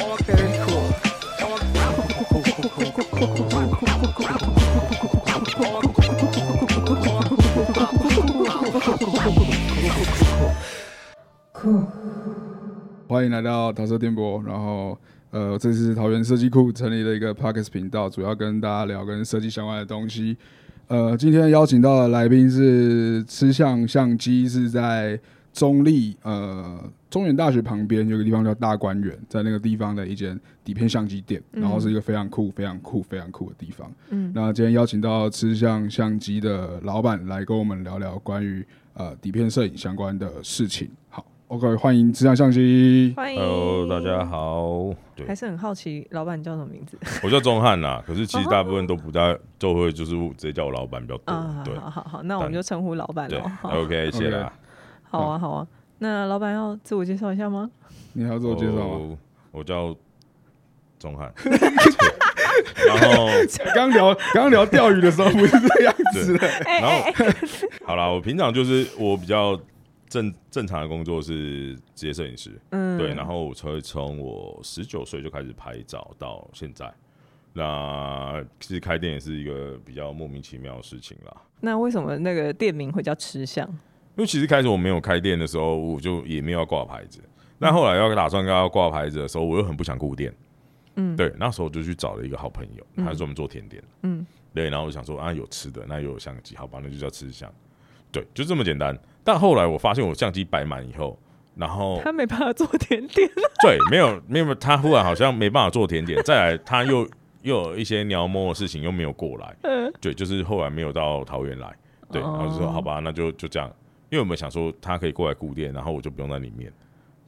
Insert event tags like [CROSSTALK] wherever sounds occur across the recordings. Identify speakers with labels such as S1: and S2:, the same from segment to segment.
S1: walk very cool. I walk cool.
S2: 欢迎来到桃色电波。然后，呃，这是桃园设计库成立了一个 Podcast 频道，主要跟大家聊跟设计相关的东西。呃，今天邀请到的来宾是吃相相机，是在中立呃中原大学旁边有个地方叫大观园，在那个地方的一间底片相机店，
S3: 嗯
S2: 然后是一个非常酷、非常酷、非常酷的地方。嗯，那今天邀请到吃相相机的老板来跟我们聊聊关于呃底片摄影相关的事情。好，OK，欢迎吃相相机。
S3: 欢迎
S4: Hello，大家。好。对
S3: 还，是很好奇老板叫什么名字
S4: 我叫钟汉啦，可是其实大部分都不大，就会就是直接叫我老板比较
S3: 啊？
S4: 多。对
S3: 好好好，那我们就
S4: 但
S3: 称呼老板
S4: 对哦
S3: 了。好
S4: ，OK，谢啦。
S3: 好啊，好啊。那老板要自我介绍一下吗？
S2: 你还要自我介绍吗？
S4: 我哦我叫钟汉。 [LAUGHS] 对
S3: [LAUGHS]
S4: 然后，
S2: 刚聊刚聊钓鱼的时候不是这样子的，
S3: 哎
S4: 然后，好啦，我平常就是我比较正正常的工作是职业摄影师，
S3: 嗯，
S4: 对，然后我从从我十九岁就开始拍照到现在。那其实开店也是一个比较莫名其妙的事情啦。
S3: 那为什么那个店名会叫吃相？
S4: 因为其实开始我没有开店的时候，我就也没有要挂牌子。那后来要打算要挂牌子的时候，我又很不想顾店。
S3: 嗯
S4: 对，那时候我就去找了一个好朋友，他专门做甜点。
S3: 嗯，
S4: 对，然后我想说啊，有吃的，那又有相机，好吧，那就叫吃相。对，就这么简单。但后来我发现我相机摆满以后，
S3: [LAUGHS]
S4: 然后
S3: 他没办法做甜点，
S4: 对，没有没有，他忽然好像没办法做甜点，再来他又又有一些鸟摸的事情又没有过来，
S3: 嗯
S4: 对，就是后来没有到桃园来， [LAUGHS] 对，然后就说
S3: 哦
S4: 好吧，那就就这样，因为我们想说他可以过来顾店，然后我就不用在里面，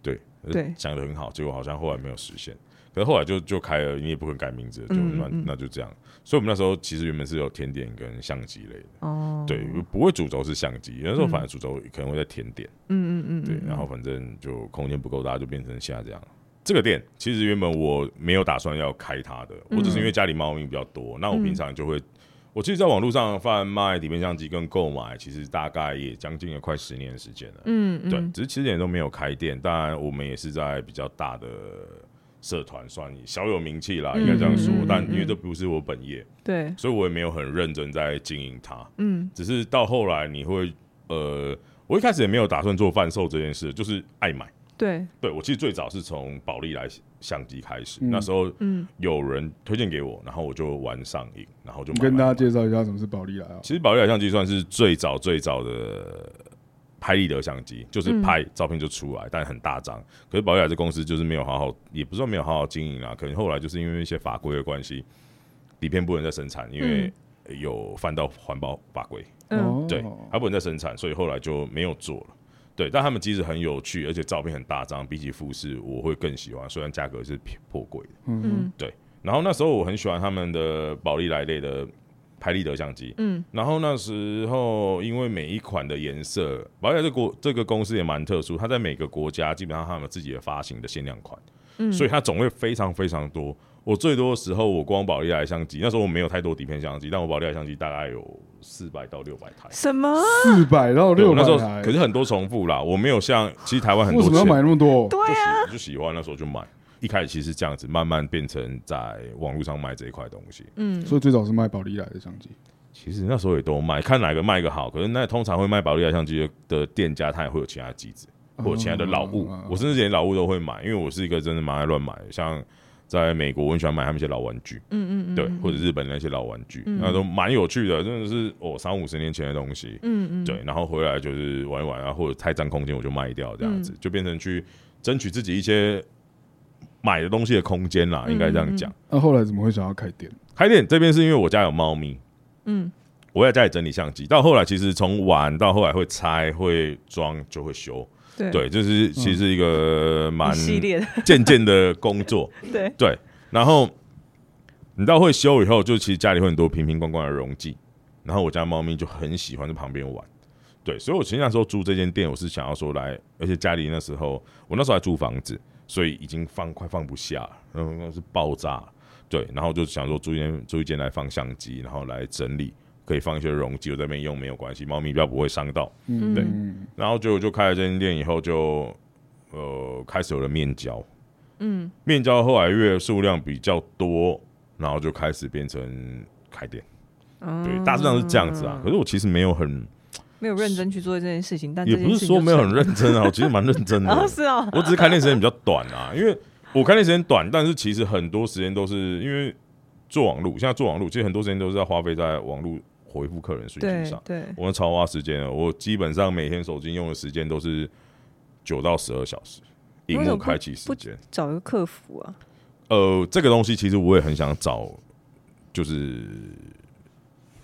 S4: 对，
S3: 对
S4: 讲的很好，结果好像后来没有实现，可是后来就就开了，你也不可能改名字，就
S3: 嗯
S4: 那
S3: 嗯
S4: 那就这样，所以我们那时候其实原本是有甜点跟相机类的，
S3: 哦，嗯
S4: 对，不会主轴是相机，有时候反而主轴可能会在甜点。
S3: 嗯嗯嗯，
S4: 对，啊然后反正就空间不够大，就变成现在这样。这个店其实原本我没有打算要开它的，
S3: 嗯
S4: 我只是因为家里猫咪比较多，那我平常就会，我其实在网络上贩卖底片相机跟购买，其实大概也将近了快十年的时间了。
S3: 嗯嗯，
S4: 对，只是其实也都没有开店，当然我们也是在比较大的社团算小有名气啦，应该这样说
S3: 嗯嗯嗯。
S4: 但因为这不是我本业，
S3: 对，
S4: 所以我也没有很认真在经营它。
S3: 嗯
S4: 只是到后来你会呃，我一开始也没有打算做贩售这件事，就是爱买。
S3: 对，
S4: 对我其实最早是从宝丽来相机开始，
S2: 嗯
S4: 那时候
S3: 嗯
S4: 有人推荐给我，然后我就玩上瘾，然后就
S2: 你
S4: 买
S2: 跟大家
S4: 买买
S2: 介绍一下什么是宝丽来啊？
S4: 其实宝丽来相机算是最早最早的拍立得相机，就是拍照片就出来，但很大张。可是宝丽来这公司就是没有好好，也不是说没有好好经营啊啦，可能后来就是因为一些法规的关系，底片不能再生产，因为有犯到环保法规。
S3: 嗯
S2: 哦
S4: 对，它不能再生产，所以后来就没有做了。对，但他们其实很有趣，而且照片很大张，比起富士我会更喜欢，虽然价格是偏颇贵的。
S3: 嗯
S4: 然后那时候我很喜欢他们的宝丽来类的拍立得相机，
S3: 嗯，
S4: 然后那时候因为每一款的颜色，宝丽来这国这个公司也蛮特殊，它在每个国家基本上他们自己的发行的限量款，
S3: 嗯
S4: 所以它种类非常非常多。我最多的时候，我光宝丽来相机，那时候我没有太多底片相机，但我宝丽来相机大概有四百到六百台。
S3: 什么？
S2: 四百到
S4: 对，
S2: 六
S4: 我
S2: 百
S4: 那时候
S2: 台，
S4: 可是很多重复啦，我没有像其实台湾很
S2: 为
S4: 多
S2: 什么要
S4: 钱
S2: 买那么多？
S3: 对啊，
S4: 就喜就喜欢那时候就买。一开始其实这样子，慢慢变成在网络上卖这一块东西。
S3: 嗯
S2: 所以最早是卖宝丽来的相机，
S4: 其实那时候也都卖，看哪个卖个好。可是那通常会卖宝丽来相机的的店家，他也会有其他的机子，或者其他的老物。
S2: 哦嗯
S4: 我甚至连老物都会买，因为我是一个真的蛮爱乱买的。像在美国，我很喜欢买他们一些老玩具，
S3: 嗯嗯嗯，
S4: 对，或者日本的那些老玩具，那都蛮有趣的，真的是哦三五十年前的东西。
S3: 嗯嗯，
S4: 对，然后回来就是玩一玩啊，或者太占空间我就卖掉，这样
S3: 嗯
S4: 子、就变成去争取自己一些买的东西的空间啦，应该这
S3: 嗯
S4: 样讲。
S2: 那后来怎么会想要开店？
S4: 开店这边是因为我家有猫咪，
S3: 嗯
S4: 我在家里整理相机，到后来其实从玩到后来会拆、会装、就会修，
S3: 对嗯
S4: 对，这、是其实一个蛮
S3: 一系列 [LAUGHS] 的，
S4: 渐渐的工作，
S3: 对，
S4: 对，然后你到会修以后，就其实家里会很多瓶瓶罐罐的溶剂，然后我家猫咪就很喜欢在旁边玩。对，所以我其实那时候租这间店，我是想要说来，而且家里那时候我那时候还租房子，所以已经放快放不下了，然后那是爆炸。对，然后就想说租一间租一间来放相机，然后来整理，可以放一些溶剂，我在那边用没有关系，猫咪比较不会伤到。
S2: 嗯，
S3: 对
S2: 嗯
S4: 然后结果就开了这间店以后就，呃开始有了面交，
S3: 嗯，
S4: 面交后来越数量比较多，然后就开始变成开店。对，大致上是这样子啊。可
S3: 哦嗯
S4: 是我其实没有很，
S3: 没有认真去做这件事情，但
S4: 也
S3: 这件
S4: 不
S3: 事
S4: 是
S3: 情
S4: 说
S3: 就
S4: 没有
S3: 成
S4: 很认真
S3: [LAUGHS]
S4: 啊，我其实蛮认真的
S3: 哦，。是哦，
S4: 我只是开店时间比较短啊，因为我开店时间短，但是其实很多时间都是因为做网络，现在做网络，其实很多时间都是要花费在网络回复客人讯息
S3: 对
S4: 上。
S3: 对，
S4: 我们超花时间了，我基本上每天手机用的时间都是九到十二小时，荧幕开启时间。
S3: 找一个客服啊，
S4: 呃，这个东西其实我也很想找，就是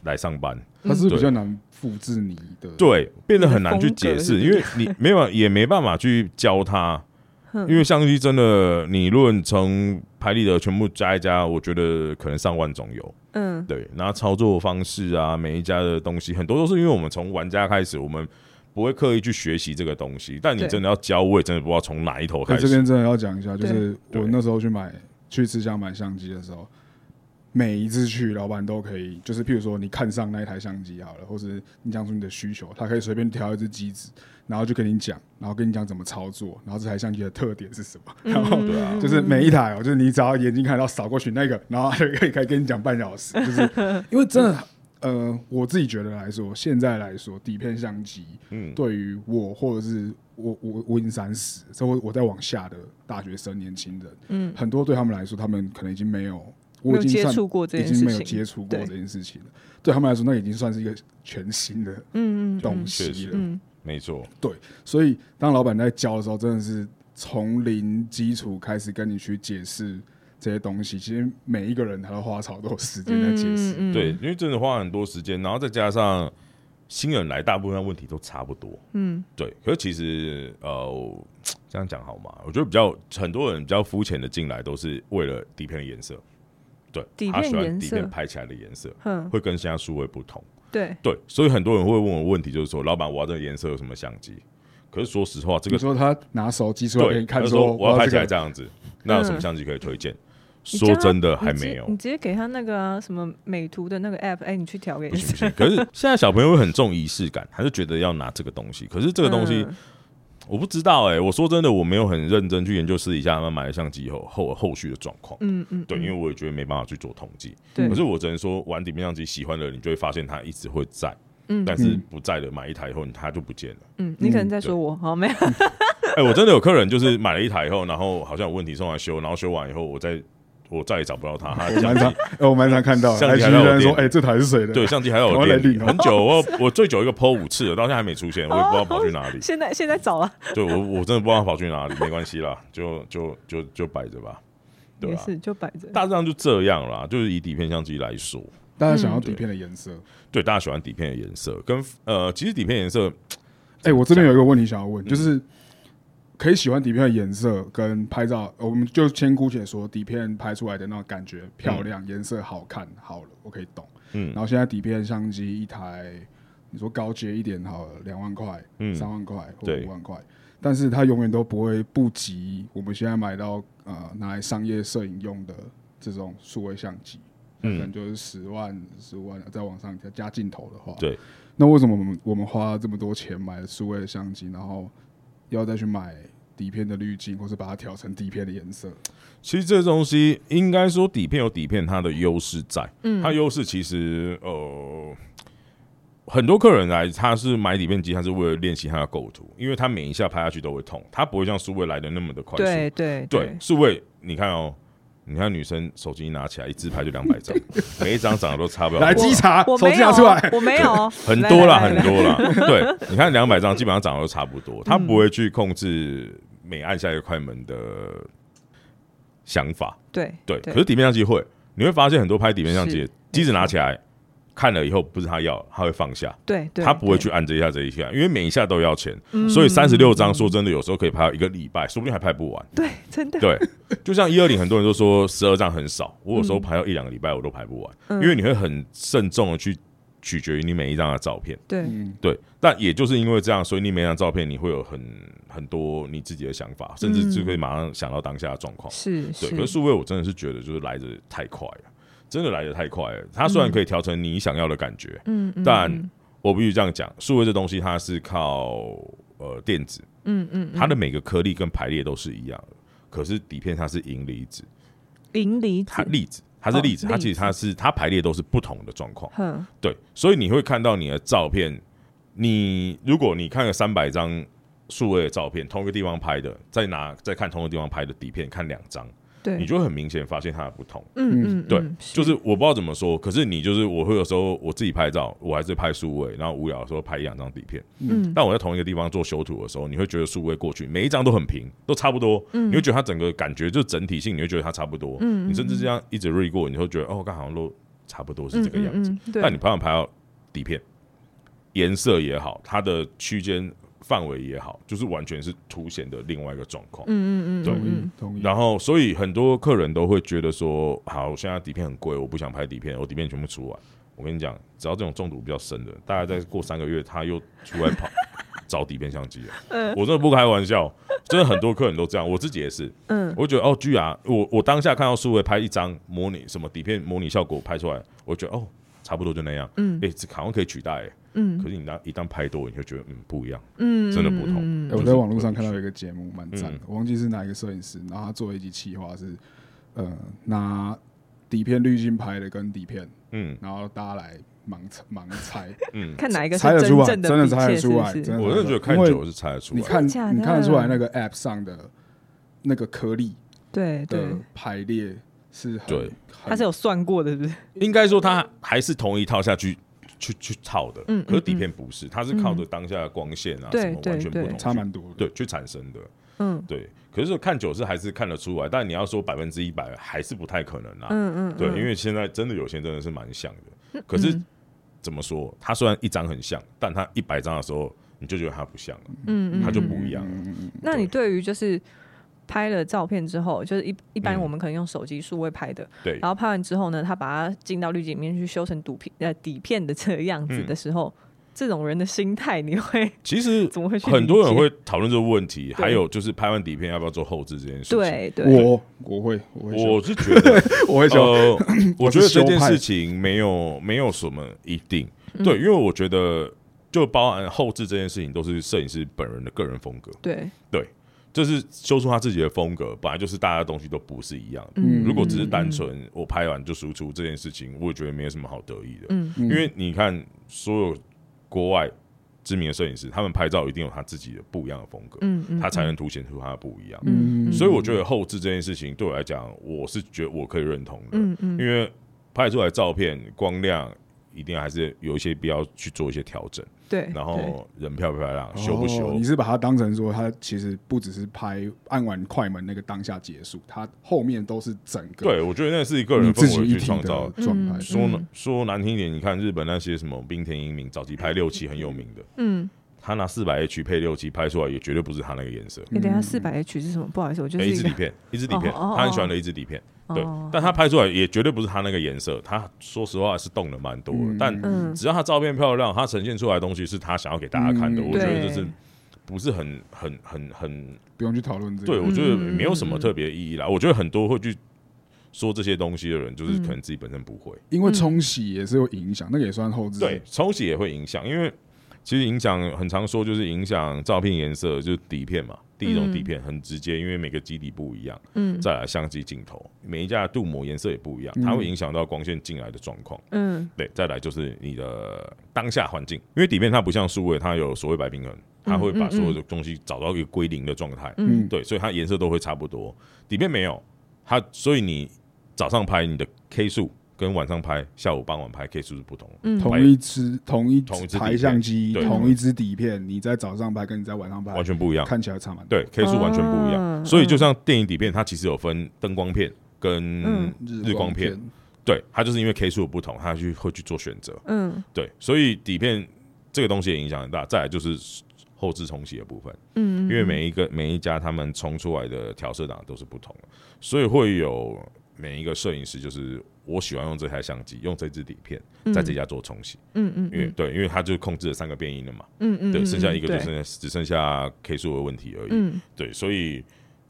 S4: 来上班，
S2: 它是比
S4: 对
S2: 较难复制你的，，
S4: 对，变得很难去
S3: 你的风
S4: 解
S3: 格
S4: 释，
S3: 是
S4: 因为你没有也没办法去教他，
S3: 哼
S4: 因为相机真的理论从拍立得全部加一加，我觉得可能上万种有。
S3: 嗯
S4: 对，然后操作方式啊，每一家的东西很多都是因为我们从玩家开始，我们不会刻意去学习这个东西。但你
S3: 对
S4: 真的要教，我也真的不知道从哪一头
S2: 所
S4: 开
S2: 以这
S4: 始。
S2: 边真的要讲一下，就是
S4: 对
S2: 我那时候去买去吃香买相机的时候，每一次去老板都可以，就是譬如说你看上那一台相机好了，或是你讲出你的需求，他可以随便挑一只机子，然后就跟你讲，然后跟你讲怎么操作，然后这台相机的特点是什么，然后
S4: 对啊
S2: 就是每一台哦，就是你只要眼睛看到扫过去那个，然后他就可以可以跟你讲半小时，就是因为真的。呃，我自己觉得来说，现在来说，底片相机，
S4: 嗯，
S2: 对于我或者是我我我已经三十，所以我我在往下的大学生年轻人，
S3: 嗯，
S2: 很多对他们来说，他们可能已经没有，
S3: 没
S2: 我
S3: 有
S2: 已经
S3: 接
S2: 算
S3: 触过这
S2: 已
S3: 件事
S2: 经
S3: 情，
S2: 没有接触过
S3: 对
S2: 这件事情了。对他们来说，那已经算是一个全新的
S3: 嗯嗯
S2: 东
S3: 嗯
S2: 西
S4: 确实
S2: 了。
S3: 嗯，
S4: 没错，
S2: 所以当老板在教的时候，真的是从零基础开始跟你去解释这些东西。其实每一个人他都花超多时间在解释。
S3: 嗯
S4: 对，，因为真的花很多时间，然后再加上新人来，大部分问题都差不多。
S3: 嗯
S4: 对，可是其实呃，我这样讲好吗？我觉得比较很多人比较肤浅的进来，都是为了底片的颜色，对，
S3: 底
S4: 他
S3: 片
S4: 喜欢
S3: 颜
S4: 底
S3: 色
S4: 片拍起来的颜色，
S3: 哼，
S4: 会跟现在数位不同。
S3: 对，
S4: 对，所以很多人会问我问题，就是说，老板，我要这个颜色有什么相机？可是说实话，这
S2: 你
S4: 个
S2: 说他拿手机出来给
S4: 对，
S2: 你看
S4: 他说我要拍
S2: 这
S4: 起来
S2: 个
S4: 这样子，那有什么
S3: 嗯
S4: 相机可以推荐？
S3: 你
S4: 说
S3: 叫他
S4: 真的，还
S3: 你直
S4: 没有
S3: 你。直接给他那个啊什么美图的那个 app，哎，你去调给
S4: 不行不行，
S3: [LAUGHS]
S4: 可是现在小朋友会很重仪式感，他就觉得要拿这个东西。可是
S3: [LAUGHS]
S4: 这
S3: 这
S4: 个东西，我不知道哎、我说真的，我没有很认真去研究私底下他们买的相机以后后后续的状况。
S3: 嗯嗯，
S4: 对，
S3: 嗯
S4: 因为我也觉得没办法去做统计。
S3: 对
S4: 可是我只能说，玩底面相机喜欢的，你就会发现它一直会在；
S3: 嗯
S4: 但是
S2: 嗯
S4: 不在的，买一台以后它就不见了。
S3: 嗯，你可能
S2: 嗯
S3: 在
S4: 对
S3: 说我，好没有，
S4: 哎、我真的有客人就是买了一台以后，然后好像有问题送来修，然后修完以后，我再我再也找不到它。它
S2: 我蛮
S4: 相
S2: 常
S4: 机，
S2: 呃我蛮常看
S4: [LAUGHS]
S2: 到的，
S4: 相
S2: 还
S4: 机
S2: 去
S4: 还在我
S2: 人说，
S4: 店
S2: 哎，这台是谁的？
S4: 对相机还在我
S2: 赶快来
S4: 店里
S2: 领哦
S4: 很久，我我最久一个 PO 五次了，到现在还没出现，我也不知道跑去哪里。
S3: [LAUGHS] 现在现在找了，
S4: 对我我真的不知道它跑去哪里，没关系啦，就就就就摆着吧，对
S3: 也
S4: 吧、
S3: 是就摆着，
S4: 大致上就这样啦，就是以底片相机来说，
S2: 大家想要
S4: 嗯
S2: 底片的颜色。
S4: 对大家喜欢底片的颜色，跟呃，其实底片颜色
S2: 哎、我这边有一个问题想要
S4: 嗯
S2: 问，就是可以喜欢底片的颜色跟拍照，呃我们就先姑且说底片拍出来的那种感觉漂亮，颜、色好看，好了，我可以懂。
S4: 嗯
S2: 然后现在底片相机一台，你说高阶一点好了，两万块、
S4: 嗯
S2: 三万块或
S4: 对
S2: 五万块，但是它永远都不会不及我们现在买到呃拿来商业摄影用的这种数位相机。可
S4: 嗯
S2: 能就是十万、十万，再往上加加镜头的话，
S4: 对，
S2: 那为什么我们我们花这么多钱买了数位的相机，然后要再去买底片的滤镜，或是把它调成底片的颜色？
S4: 其实这个东西应该说底片有底片它的优势在，
S3: 嗯
S4: 它优势其实呃很多客人来他是买底片机，他是为了练习他的构图，因为他每一下拍下去都会痛，他不会像数位来的那么的快速。
S3: 对对
S4: 对，，数位你看哦。你看女生手机拿起来一自拍就两百张，每一张长得都差不了多少。
S2: 来稽查，
S3: 我
S2: 手
S3: 没
S2: 机
S3: 有
S2: 拿出来，，
S3: 我没有，
S4: 很多啦，
S3: 来
S4: 很。多啦。对，你看两百张基本上长得都差不多，他不会去控制每按下一块门的想法。
S3: 对
S4: 对，可是底片相机会，你会发现很多拍底片相机
S3: 是，
S4: 机子拿起来看了以后，不是他要，他会放下，
S3: 对对，
S4: 他不会
S3: 对
S4: 去，按这一下这一下，因为每一下都要钱，
S3: 嗯
S4: 所以三十六张说真的，有时候可以拍到一个礼拜，说不定还拍不
S3: [LAUGHS]
S4: 完。
S3: 对，真的，
S4: 对，就像一二零，很多人都说十二张很少，我有时候排到一两个礼拜我都排不完，
S3: 嗯
S4: 因为你会很慎重的去取决于你每一张的照片。
S3: 对
S2: 嗯，
S4: 对，但也就是因为这样，所以你每张照片你会有很很多你自己的想法，甚至
S3: 嗯
S4: 就可以马上想到当下的状况。
S3: 是
S4: 对，可是数位我真的是觉得就是来的太快了，真的来的太快了。它虽然可以调成你想要的感觉，
S3: 嗯嗯，
S4: 但
S3: 嗯
S4: 我必须这样讲，数位这东西它是靠呃电子，
S3: 嗯嗯，
S4: 它的每个颗粒跟排列都是一样的。可是底片它是银离子，
S3: 银离
S4: 它
S3: 子，
S4: 粒子，它是
S3: 哦
S4: 粒子，它
S3: 粒
S4: 其实
S3: 子
S4: 它是它排列都是不同的状况。
S3: 哼，
S4: 对，所以你会看到你的照片，你如果你看了三百张数位的照片，同一个地方拍的，再拿再看同一个地方拍的底片，看两张，
S3: 对，
S4: 你就会很明显发现它的不同。
S3: 嗯嗯，
S4: 对
S3: 嗯
S4: 就是我不知道怎么说，可是你就是我会有时候我自己拍照，我还是拍数位，然后无聊的时候拍一两张底片。
S3: 嗯
S4: 但我在同一个地方做修图的时候，你会觉得数位过去每一张都很平，都差不多，你会觉得它整个感觉就整体性，你会觉得它差不多。
S3: 嗯
S4: 你甚至这样一直 read 过，你会觉得哦，刚好像都差不多是这个样子。，
S3: 嗯嗯嗯对，
S4: 但你拍完拍到底片，颜色也好，它的区间范围也好，就是完全是凸显的另外一个状况。
S3: 嗯嗯嗯，
S4: 对
S2: 同
S3: 嗯
S2: 意同意。
S4: 然后，所以很多客人都会觉得说，好，现在底片很贵，我不想拍底片，我底片全部出完。我跟你讲，只要这种中毒比较深的，大概再过三个月，他又出来 [LAUGHS] 跑找底片相机 [LAUGHS] 了。我真的不开玩笑，真的很多客人都这样，我自己也是。
S3: 嗯，
S4: 我觉得哦，居然我我当下看到数位拍一张模拟什么底片模拟效果拍出来，我觉得哦，差不多就那样。嗯，哎、这好像可以取代、欸。嗯，可是你当一旦拍多，你就觉得嗯不一样，嗯，真的不同。
S2: 哎
S4: 就
S2: 我
S4: 是
S2: 在网络
S4: 会
S2: 上
S4: 不
S2: 看到
S4: 同
S2: 有一个节目，蛮赞的
S4: 嗯，
S2: 我忘记是哪一个摄影师，然后他做了一集企划是，呃，拿底片滤镜拍的跟底片，
S4: 嗯
S2: 然后大家来盲猜盲
S4: [LAUGHS]
S2: 猜，
S4: 嗯，
S3: 看哪一个是
S2: 猜得出来
S3: 正
S2: 真的
S3: 的
S2: 猜得
S3: 笔切
S2: 出来
S3: 是不是
S2: 真
S4: 我真的觉得看
S2: 因为
S4: 久了是猜得出来
S2: 你
S4: 的。
S2: 看
S3: 真的假的
S2: 你看得出来那个 App 上的那个颗粒
S3: 对对
S2: 的，
S4: 嗯
S2: 排列是很
S4: 对，
S2: 它
S3: 他是有算过的，是不是？
S4: 应该说它还是同一套下去去去套的，
S3: 嗯嗯
S4: 可是底片不是，它是靠着当下的光线啊、
S3: 对
S4: 什么完全不
S3: 对
S4: 同
S3: 对
S4: 去，
S2: 差蛮多的。
S4: 对去产生的，
S3: 嗯
S4: 对。可是看久是还是看得出来，但你要说百分之一百还是不太可能啊，
S3: 嗯嗯，
S4: 对，因
S3: 为
S4: 为现在真的有些真的是蛮像的，可是怎么说，它虽然一张很像，但它一百张的时候你就觉得它不像了，
S3: 嗯嗯，
S4: 它就不
S3: 嗯
S4: 一样了，
S3: 那你
S4: 对
S3: 对于就是拍了照片之后，就是一一般
S4: 嗯
S3: 我们可能用手机数位拍的，
S4: 对
S3: 然后拍完之后呢，他把它进到滤镜里面去修成底片 [LAUGHS] 呃底片的这个样子
S4: 嗯
S3: 的时候，这种人的心态你会
S4: 其实
S3: 怎么会去
S4: 很多人
S3: 理解
S4: [LAUGHS] 会讨论这个问题，还有就是拍完底片要不要做后置这件事情。，
S3: 对对
S2: 我我会我会修
S4: 我是觉得
S2: 我会修，
S4: 呃，我觉得这件
S2: 我是修派
S4: 事情没有没有什么一定，
S3: 嗯
S4: 对，因为我觉得就包含后置这件事情都是摄影师本人的个人风格，
S3: 对，
S4: 这是修出他自己的风格，本来就是大家的东西都不是一样的。
S2: 嗯
S4: 如果只是单纯我拍完就输出这件事情，我也觉得没有什么好得意的，
S3: 嗯
S4: 因为你看所有国外知名的摄影师，他们拍照一定有他自己的不一样的风格，
S3: 嗯嗯，
S4: 他才
S3: 嗯
S4: 能凸显出他的不一样。
S3: 嗯嗯
S4: 所以我觉得后置这件事情对我来讲，我是觉得我可以认同的，
S3: 嗯嗯
S4: 因为拍出来的照片光亮一定还是有一些必要去做一些调整，
S3: 对，
S4: 然
S3: 对
S4: 后嗯人漂不漂亮，修不
S2: 哦
S4: 修
S2: 你，是把它当成说，它其实不只是拍按完快门那个当下结束，它后面都是整个
S4: 对我觉得那是一个
S2: 你
S4: 人
S2: 自
S4: 氛
S2: 己
S4: 围
S2: 一
S4: 去
S2: 体
S4: 创
S2: 的
S4: 造。
S3: 嗯
S2: 状态。
S4: 说难说难听一点，你看日本那些什么冰田英明早期拍六七很有名的，
S3: 嗯，
S4: 他拿四百 H 配六七拍出来也绝对不是他那个颜色，
S3: 你等一下四百 H 是什么？不好意思，我就
S4: 哎
S3: 是
S4: 一
S3: 一
S4: 支
S3: 个
S4: 底片，一支底片，
S3: 哦哦哦
S4: 他很喜欢的一支底片。对
S3: 哦，
S4: 但他拍出来也绝对不是他那个颜色，他说实话是动了蛮多的
S2: 嗯，
S4: 但
S3: 嗯
S4: 只要他照片漂亮，他呈现出来的东西是他想要给大家看的，
S2: 嗯
S4: 我觉得
S3: 对
S4: 这是不是很很很很
S2: 不用去讨论这
S4: 对
S2: 个。
S4: 我觉得没有什么特别意义啦。我觉得很多会去说这些东西的人，就是可能自己本身不会，
S2: 因为冲洗也是有影响，那个也算后置。
S4: 对，冲洗也会影响，因为其实影响很常说就是影响照片颜色，就是底片嘛。第一种底片很直接，因为每个基底不一样，
S3: 嗯
S4: 再来相机镜头，每一架镀膜颜色也不一样，
S2: 嗯
S4: 它会影响到光线进来的状况。
S3: 嗯
S4: 对，再来就是你的当下环境，因为底片它不像数位，它有所谓白平衡，它
S3: 嗯
S4: 会把所有的东西找到一个归零的状态。
S2: 嗯，
S4: 对，所以它颜色都会差不多。底片没有，它所以你早上拍你的 K 数跟晚上拍、下午傍晚拍 K 数是不同的。
S3: 嗯
S2: 同一支同一
S4: 同一支底片
S2: 台相机，
S4: 对
S2: 同一支底片，你在早上拍跟你在晚上拍
S4: 完全不一样。
S2: 看起来差蛮多。
S4: 对，K 数完全不一样。
S3: 啊
S4: 所以就像电影底片，它其实有分灯光片跟
S3: 嗯
S4: 日光片，对，它就是因为 K 数的不同，它去会去做选择。
S3: 嗯
S4: 对，所以底片这个东西也影响很大。再来就是后置冲洗的部分，
S3: 嗯，
S4: 因为每一个每一家他们冲出来的调色档都是不同的，所以会有每一个摄影师就是我喜欢用这台相机，用这支底片，在这家做冲洗，
S3: 嗯嗯
S4: 因为对，因为它就控制了三个变音了嘛，
S3: 嗯嗯，
S4: 对，
S3: 嗯
S4: 剩下一个就
S3: 对
S4: 剩只剩下 K 数的问题而已，
S3: 嗯
S4: 对，所以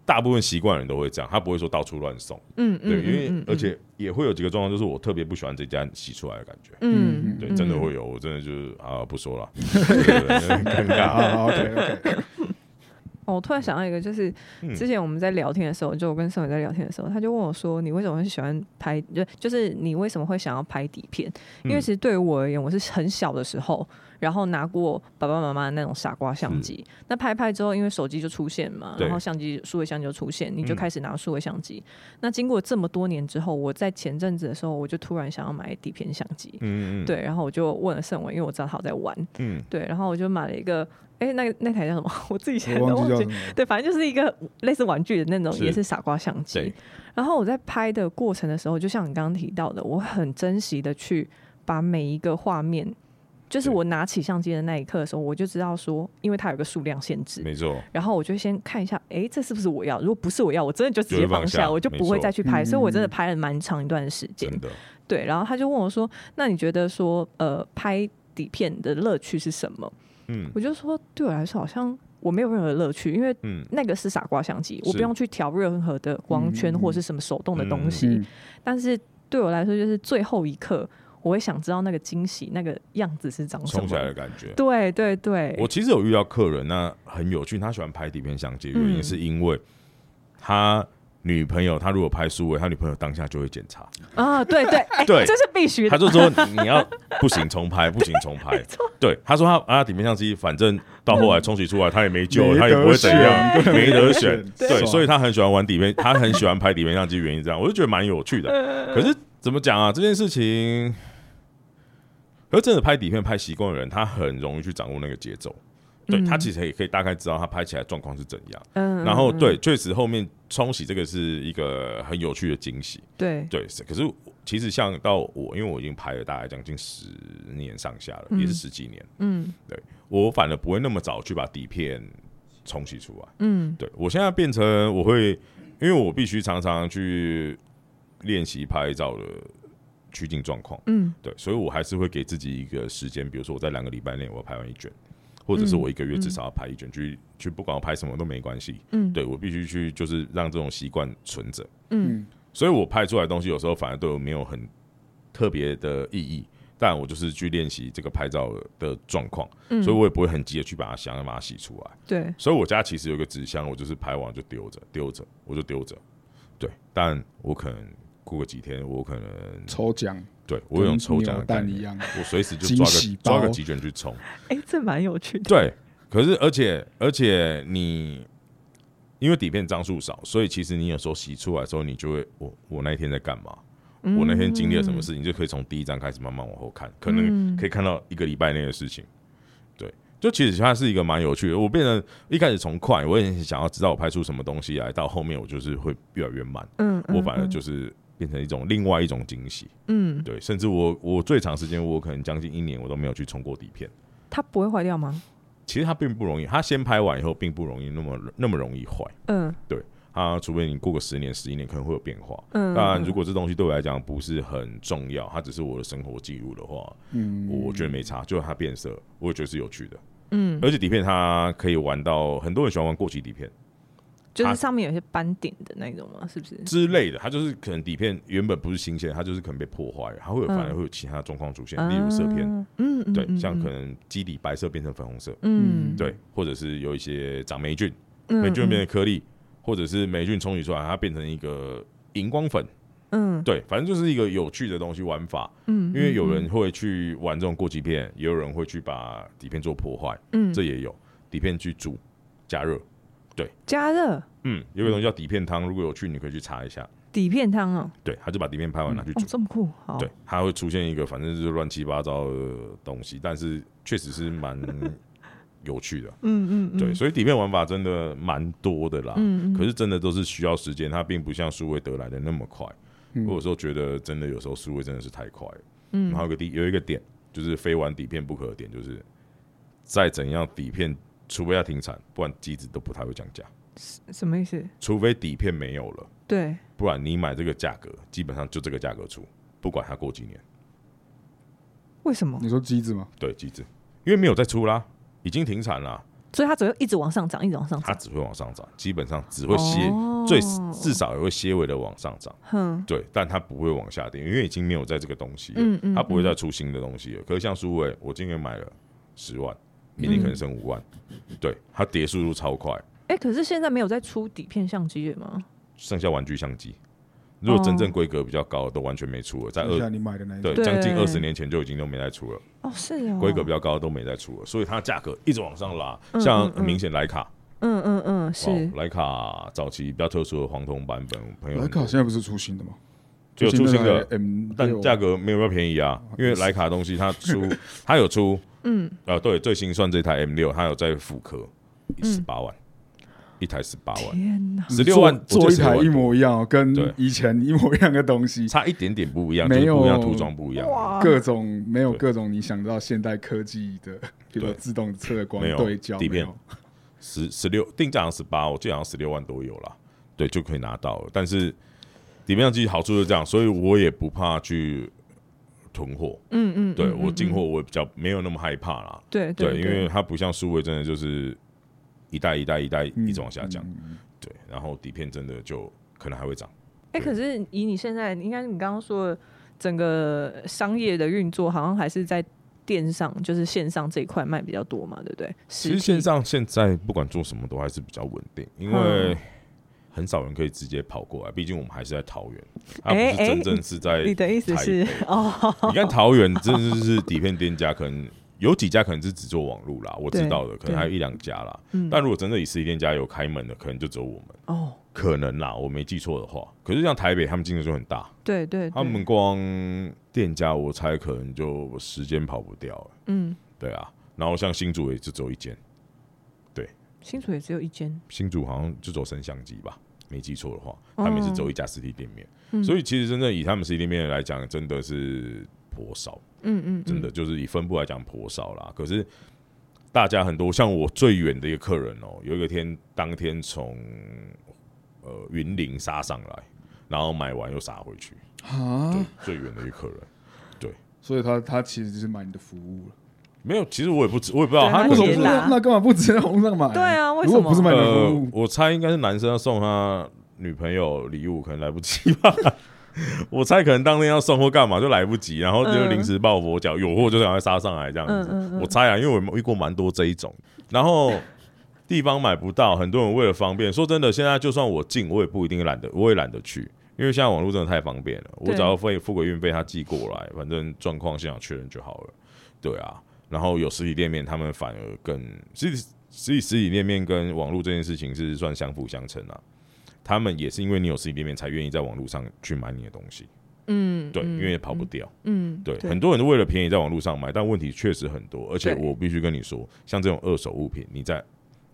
S4: 大部分习惯的人都会这样，他不会说到处乱送，
S3: 嗯嗯，
S4: 对，因
S3: 嗯
S4: 为
S3: 嗯
S4: 而且也会有几个状况，就是我特别不喜欢这家洗出来的感觉。
S3: 嗯
S4: 对，真的会
S3: [LAUGHS]
S4: [LAUGHS] 有，我真的就是啊，不说了，对对对很尴
S2: 啊
S4: 尬。
S2: ，OK OK，
S3: 哦，我突然想到一个，就是
S4: 嗯
S3: 之前我们在聊天的时候，就我跟盛伟在聊天的时候，他就问我说：“你为什么会喜欢拍？就就是你为什么会想要拍底片？”因为
S4: 嗯
S3: 其实对于我而言，我是很小的时候，然后拿过爸爸妈妈那种傻瓜相机，那拍拍之后，因为手机就出现嘛，
S4: 对
S3: 然后相机数位相机就出现，你就
S4: 嗯
S3: 开始拿数位相机。那经过这么多年之后，我在前阵子的时候，我就突然想要买底片相机。
S4: 嗯嗯，嗯，
S3: 对，然后我就问了盛伟，因为我知道他有在玩，
S4: 嗯，
S3: 对，然后我就买了一个，哎、那个那台叫什么？ [LAUGHS] 我自己现在
S2: 我
S3: 都
S2: 忘记
S3: 忘
S2: 叫
S3: 记
S2: 什。么。
S3: 对，反正就是一个类似玩具的那种，
S4: 是
S3: 也是傻瓜相机
S4: 对。
S3: 然后我在拍的过程的时候，就像你刚刚提到的，我很珍惜的去把每一个画面，就是
S4: 对
S3: 我拿起相机的那一刻的时候，我就知道说，因为它有个数量限制，
S4: 没错，
S3: 然后我就先看一下，诶，这是不是我要？如果不是我要，我真的就直接放
S4: 就会放下
S3: 我就
S4: 没
S3: 不会
S4: 错
S3: 再去拍。所以我真的
S2: 嗯
S3: 拍了蛮长一段时间
S4: 真。的，
S3: 对，然后他就问我说：“那你觉得说，呃，拍底片的乐趣是什么？”
S4: 嗯
S3: 我就说，对我来说好像我没有任何乐趣，因为
S4: 嗯，
S3: 那个是傻瓜相机，我
S4: 是
S3: 不用去调任何的光圈
S2: 嗯
S3: 或是什么手动的东西。
S2: 嗯，
S3: 但是对我来说，就是最后一刻，我会想知道那个惊喜、那个样子是哦长什
S4: 冲起来
S3: 么
S4: 的。感觉。
S3: 对对对，
S4: 我其实有遇到客人，那很有趣，他喜欢拍底片相机，的原因
S3: 嗯
S4: 是因为他女朋友，他如果拍书尾，他女朋友当下就会检查，
S3: 啊，对对，哎、
S4: 对
S3: 这是必须
S4: 他
S3: 的。
S4: 就说你要不行重拍，不行重拍。对，他说他啊，底片相机反正到后来冲洗出来，他也没救了，
S2: 没
S4: 他也不会
S2: 得
S4: 怎
S2: 选
S4: 样，没得选。
S2: 对
S4: 对，
S2: 爽
S4: 所以他很喜欢玩底片，他很喜欢拍底片相机，原因是这样，我就觉得蛮
S2: [LAUGHS]
S4: 有趣的。可是怎么讲啊？这件事情，可是真的拍底片拍习惯的人，他很容易去掌握那个节奏。对
S3: 嗯
S4: 他其实也可以大概知道他拍起来状况是怎样，
S3: 嗯
S4: 然后
S3: 嗯嗯
S4: 对，确实后面冲洗这个是一个很有趣的惊喜。
S3: 对，
S4: 对，是可是我其实像到我，因为我已经拍了大概将近十年上下了，
S3: 嗯
S4: 也是十几年，
S3: 嗯
S4: 我反而不会那么早去把底片冲洗出来。
S3: 嗯
S4: 对我现在变成我会，因为我必须常常去练习拍照的取景状况，
S3: 嗯
S4: 对，所以我还是会给自己一个时间，比如说我在两个礼拜内我要拍完一卷，或者是
S3: 嗯
S4: 我一个月至少要拍一卷，去去不管我拍什么都没关系，
S3: 嗯，
S4: 对我必须去就是让这种习惯存着。
S3: 嗯
S4: 所以我拍出来的东西有时候反而对我没有很特别的意义，但我就是去练习这个拍照的状况，
S3: 嗯，
S4: 所以我也不会很急的去把它想要把它洗出来。
S3: 对
S4: 所以我家其实有一个纸箱，我就是拍完就丢着，丢着我就丢着，对，但我可能过个几天，我可能
S2: 抽奖，
S4: 对我有种抽奖的
S2: 跟扭
S4: 概
S2: 蛋一
S4: 念，
S2: 样，
S4: [LAUGHS] 我随时就抓
S2: 惊喜
S4: 个
S2: 包
S4: 抓个几卷去冲。
S3: 哎、这蛮有趣的。
S4: 对，可是而且而且你因为底片张数少，所以其实你有时候洗出来的时候，你就会我我那一天在干嘛？
S3: 嗯
S4: 我那天经历了什么事情，就可以从第一章开始慢慢往后看，可能
S3: 嗯
S4: 可以看到一个礼拜内的事情。对，就其实它是一个蛮有趣的。我变成一开始从快，我也很想要知道我拍出什么东西来，到后面我就是会越来越慢，
S3: 嗯，嗯
S4: 我反而就是变成一种另外一种惊喜。
S3: 嗯，嗯 [LAUGHS]
S4: 对，甚至我我最长时间，我可能将近一年，我都没有去冲过底片。
S3: 它不会坏掉吗？
S4: 其实它并不容易，它先拍完以后并不容易那么那么容易坏
S3: 嗯
S4: 啊，除非你过个十年十一年可能会有变化。
S3: 嗯，
S4: 当然，如
S3: 果
S4: 果这东西对我来讲不是很重要，它只是我的生活记录的话，
S2: 嗯，
S4: 我我觉得没差，就是它变色，我也觉得是有趣的。
S3: 嗯，
S4: 而且底片它可以玩到很多人喜欢玩过期底片
S3: 就是
S4: 它
S3: 上面有一些斑点的那种嘛，是不是？
S4: 之类的，它就是可能底片原本不是新鲜，它就是可能被破坏，它会有
S3: 嗯
S4: 反而会有其他的状况出现，例如色片，
S3: 啊，嗯，嗯
S4: 对，
S3: 嗯
S4: 像
S3: 嗯
S4: 可能基底白色变成粉红色，
S3: 嗯，
S4: 对，或者是有一些长霉菌，
S3: 嗯
S4: 霉菌变成颗粒，或者是霉菌冲洗出来它变成一个荧光粉，
S3: 嗯
S4: 对，反正就是一个有趣的东西玩法。
S3: 嗯，
S4: 因为有人会去玩这种过期片，也有人会去把底片做破坏，
S3: 嗯
S4: 这也有底片去煮加热，
S3: 加热
S4: 嗯，有一个东西叫底片汤，如果有去你可以去查一下，
S3: 底片汤哦，
S4: 对，他就把底片拍完拿去
S3: 哦
S4: 煮，
S3: 这么酷，好，
S4: 对，它会出现一个反正就是乱七八糟的东西，但是确实是蛮 [LAUGHS] 有趣的，
S3: 嗯嗯嗯，
S4: 对，所以底片玩法真的蛮多的啦，
S3: 嗯嗯，
S4: 可是真的都是需要时间，它并不像数位得来的那么快，
S2: 嗯
S4: 我有时候觉得真的有时候数位真的是太快了。
S3: 嗯
S4: 然后有个第有一个点就是非玩底片不可的点，就是再怎样底片，除非要停产，不然机子都不太会降价。
S3: 什么意思？
S4: 除非底片没有了，
S3: 对，
S4: 不然你买这个价格，基本上就这个价格出，不管它过几年。
S3: 为什么？
S4: 嗯
S2: 你说机子吗？
S4: 对，机子因为没有再出啦，已经停产啦，
S3: 所以它只会一直往上涨，一直往上
S4: 它
S3: 涨，
S4: 只会往上涨，基本上只会些、
S3: 哦
S4: 最至少也会些微的往上涨。
S3: 哼，
S4: 对，但它不会往下跌，因为已经没有在这个东西了，
S3: 嗯嗯
S4: 它不会再出新的东西了。可是像苏
S3: 嗯
S4: 伟，我今年买了十万，明年可能剩五万，对，它跌速度超快，
S3: 哎、哎、可是现在没有在出底片相机了吗？
S4: 剩下玩具相机。如果真正规格比较高的都完全没出了，在
S2: 就
S4: 二
S2: 像你买的那一
S4: 对
S2: 种，
S3: 哦对
S4: 将近二十年前就已经都没再出了，
S3: 哦，是哦，
S4: 规格比较高的都没再出了，所以它价格一直往上拉。
S3: 嗯
S4: 像
S3: 嗯嗯
S4: 很明显徕卡，
S3: 嗯嗯嗯，是
S4: 哦，徕卡早期比较特殊的黄铜版本，我朋友
S2: 莱
S4: 很
S2: 卡
S4: 多
S2: 现在不是出新的吗？
S4: 就有出新的，
S2: M，啊
S4: 但价格没有那么便宜啊，因为徕卡的东西它
S2: [LAUGHS]
S4: 出它有出，嗯，呃，对，最新算这台 M 六，它有在复刻
S3: 嗯
S4: 十八万，一台十八万，
S3: 天哪，
S4: 十六万
S2: 做
S4: 我
S2: 一
S4: 记得16
S2: 台
S4: 万
S2: 一模一样哦，跟
S4: 对
S2: 以前一模一样的东西，
S4: 差一点点不一样，就
S2: 没
S4: 是
S2: 有
S4: 不一样涂装不一样，
S2: 各种没有
S4: 对
S2: 各种你想到现代科技的，比如说自动测光
S4: 没有
S2: 对焦
S4: 底
S2: 没
S4: 片
S2: 有
S4: 十十六定价好像十八，我记得好像十六万都有啦，对，就可以拿到了。但是底片相机好处就是这样，所以我也不怕去囤货，
S3: 嗯嗯，
S4: 对
S3: 嗯
S4: 我
S3: 嗯
S4: 进
S3: 嗯
S4: 货我比较没有那么害怕啦，
S3: 对
S4: 对，因为
S3: 对
S4: 它不像数位真的就是一代一代一代一直往下降，
S2: 嗯
S4: 对，然后底片真的就可能还会涨。
S3: 哎、可是以你现在，应该你刚刚说的整个商业的运作，好像还是在电商，就是线上这一块卖比较多嘛，对不对？
S4: 其
S3: 其
S4: 实线上现在不管做什么都还是比较稳定，因为
S3: 嗯
S4: 很少人可以直接跑过来，毕竟我们还是在桃园，它不
S3: 哎
S4: 是真正是在
S3: 你的意思
S4: 台
S3: 是哦，[LAUGHS]
S4: 你看桃园，真的就是底片店家，可能有几家可能是只做网路啦，我知
S3: 对
S4: 道的，可能
S3: 对
S4: 还有一两家啦。
S3: 嗯
S4: 但如果真的以实体店家有开门的，可能就只有我们，
S3: 哦，
S4: 可能啦，我没记错的话。可是像台北，他们竞争就很大，
S3: [LAUGHS] 对对，对
S4: 他们光店家，我猜可能就时间跑不掉了，
S3: 嗯，
S4: 对啊。然后像新竹也就只有一间，
S3: 新竹也只有一间，
S4: 新竹好像就走升相机吧，没记错的话，他们也是走一家实体店面。
S3: 哦嗯
S4: 所以其实真正以他们实体店面来讲，真的是颇少。
S3: 嗯嗯，
S4: 真的
S3: 嗯
S4: 就是以分布来讲颇少啦。可是大家很多，像我最远的一个客人哦、有一个天当天从呃云林杀上来，然后买完又杀回去，对
S2: 啊，，
S4: 最远的一个客人。
S2: 所以他他其实就是买你的服务了。
S4: 没有，其实我也不知，我也不知道
S3: 对
S4: 他
S3: 他
S4: 可
S2: 为什
S4: 能
S2: 么
S3: 也
S4: 是
S2: 不
S3: 拉
S2: 那那干嘛不直接在网络上买？
S3: 对啊为什
S2: 如
S3: 么
S2: 果不是买你的
S4: 呃
S2: 服，务，
S4: 我猜应该是男生要送他女朋友礼物，可能来不及吧。 [LAUGHS] 我猜可能当天要送或干嘛就来不及，然后就
S3: 嗯
S4: 临时抱佛脚，有货就赶快杀上来这样子。
S3: 嗯嗯嗯
S4: 我猜啊，因为我遇过蛮多这一种，然后地方买不到，很多人为了方便，说真的，现在就算我进，我也不一定懒得，我也懒得去。因为现在网络真的太方便了，我
S3: 对
S4: 只要付付个运费，他寄过来，反正状况现场确认就好了。对啊，然后有实体店面，他们反而更实体实体实体店面跟网络这件事情是算相辅相成啊。他们也是因为你有实体店面，才愿意在网络上去买你的东西。
S3: 嗯，
S4: 对，
S3: 嗯
S4: 因为跑不掉。
S3: 嗯，
S4: 对，很多人为了便宜在网络上买，但问题确实很多。而且
S3: 对
S4: 我必须跟你说，像这种二手物品，你在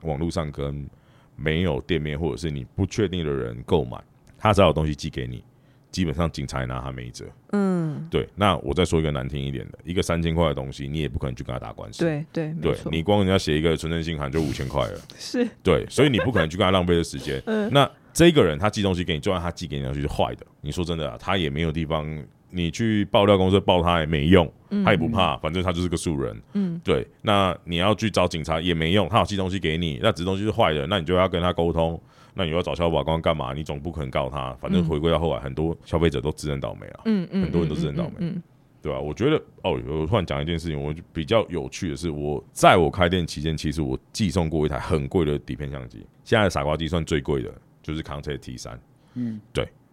S4: 网络上跟没有店面或者是你不确定的人购买，他只要有东西寄给你，基本上警察也拿他没辙。
S3: 嗯，
S4: 对，那我再说一个难听一点的，一个三千块的东西，你也不可能去跟他打官司。
S3: 对对，没
S4: 对，
S3: 错
S4: 你光人家写一个存证信函就五千块了。
S3: 是
S4: 对，所以你不可能去跟他浪费的时间。那这个人他寄东西给你，就算他寄给你的东西是坏的，你说真的、啊，他也没有地方，你去爆料公司爆他也没用，他也不怕，反正他就是个素人。
S3: 嗯，
S4: 对，那你要去找警察也没用，他有寄东西给你，那只是东西是坏的，那你就要跟他沟通。那你又要找消保官干嘛？你总不可能告他，反正回归到后来，很多消费者都自认倒霉啊。
S3: 嗯嗯，
S4: 很多人
S3: 嗯
S4: 都是很倒霉
S3: 嗯，嗯
S4: 对啊，我觉得哦，我突然讲一件事情，我就比较有趣的是，我在我开店期间，其实我寄送过一台很贵的底片相机，现在的傻瓜机算最贵的，就是 Contact T 三。
S2: 嗯，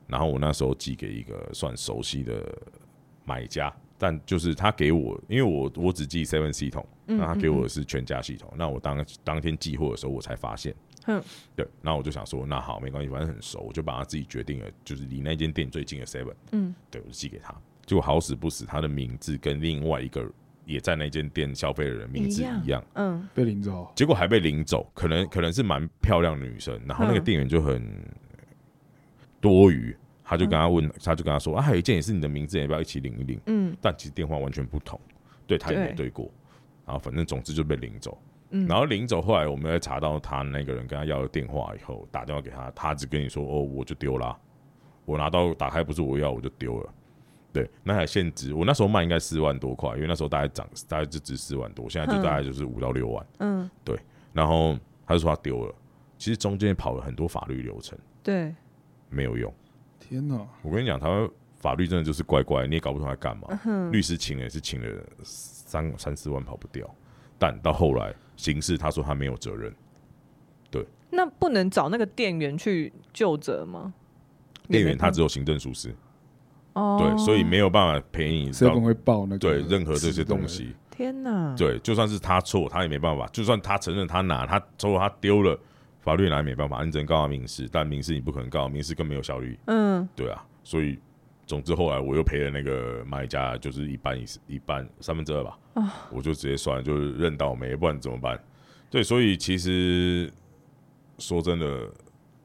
S4: 然后我那时候寄给一个算熟悉的买家，但就是他给我，因为我我只寄 Seven 系统，
S3: 嗯
S4: 那他给我的是全家系统。那我当当天寄货的时候，我才发现，
S3: 嗯，
S4: 对，然后我就想说，那好，没关系，反正很熟，我就把他自己决定了，就是离那间店最近的 Seven，
S3: 嗯，
S4: 对，我就寄给他。结果好死不死，他的名字跟另外一个也在那间店消费的人名字
S3: 一样
S4: 一样，
S3: 嗯
S2: 被领走，
S4: 结果还被领走，可能可能是蛮漂亮的女生，然后那个
S3: 嗯
S4: 店员就很多余，他就跟他问，他就跟他说啊，还有一件也是你的名字，要不要一起领一领？
S3: 嗯
S4: 但其实电话完全不同，对他也没对过，然后反正总之就被领走。
S3: 嗯，
S4: 然后领走，后来我们在查到他那个人跟他要的电话以后，打电话给他，他只跟你说哦，我就丢啦，我拿到打开不是我要，我就丢了。对，那还限值，我那时候卖应该四万多块，因为那时候大概涨，大概就值四万多，现在就大概就是五到六万。
S3: 嗯
S4: 然后他就说他丢了。其实中间跑了很多法律流程，
S3: 对，
S4: 没有用。
S2: 天哪！
S4: 我跟你讲，他们法律真的就是怪怪，你也搞不懂他干嘛。
S3: 嗯
S4: 律师请了也是请了三三四万跑不掉，但到后来刑事他说他没有责任，对，
S3: 那不能找那个店员去就责吗？
S4: 店员他只有行政疏失，
S3: 哦，
S4: 对，所以没有办法赔你
S2: 社
S4: 到
S2: 工会报那个
S4: 对任何这些东
S2: 纸
S4: 西。
S3: 天哪，
S4: 对，就算是他错，他也没办法；就算他承认他拿，他错他丢了，法律拿也没办法，你只能告他民事，但民事你不可能告，民事更没有效率。
S3: 嗯，
S4: 对啊，所以总之后来我又赔了那个买家，就是一半以一半三分之二吧，我就直接算了，就是认倒霉，不然怎么办？对，所以其实说真的，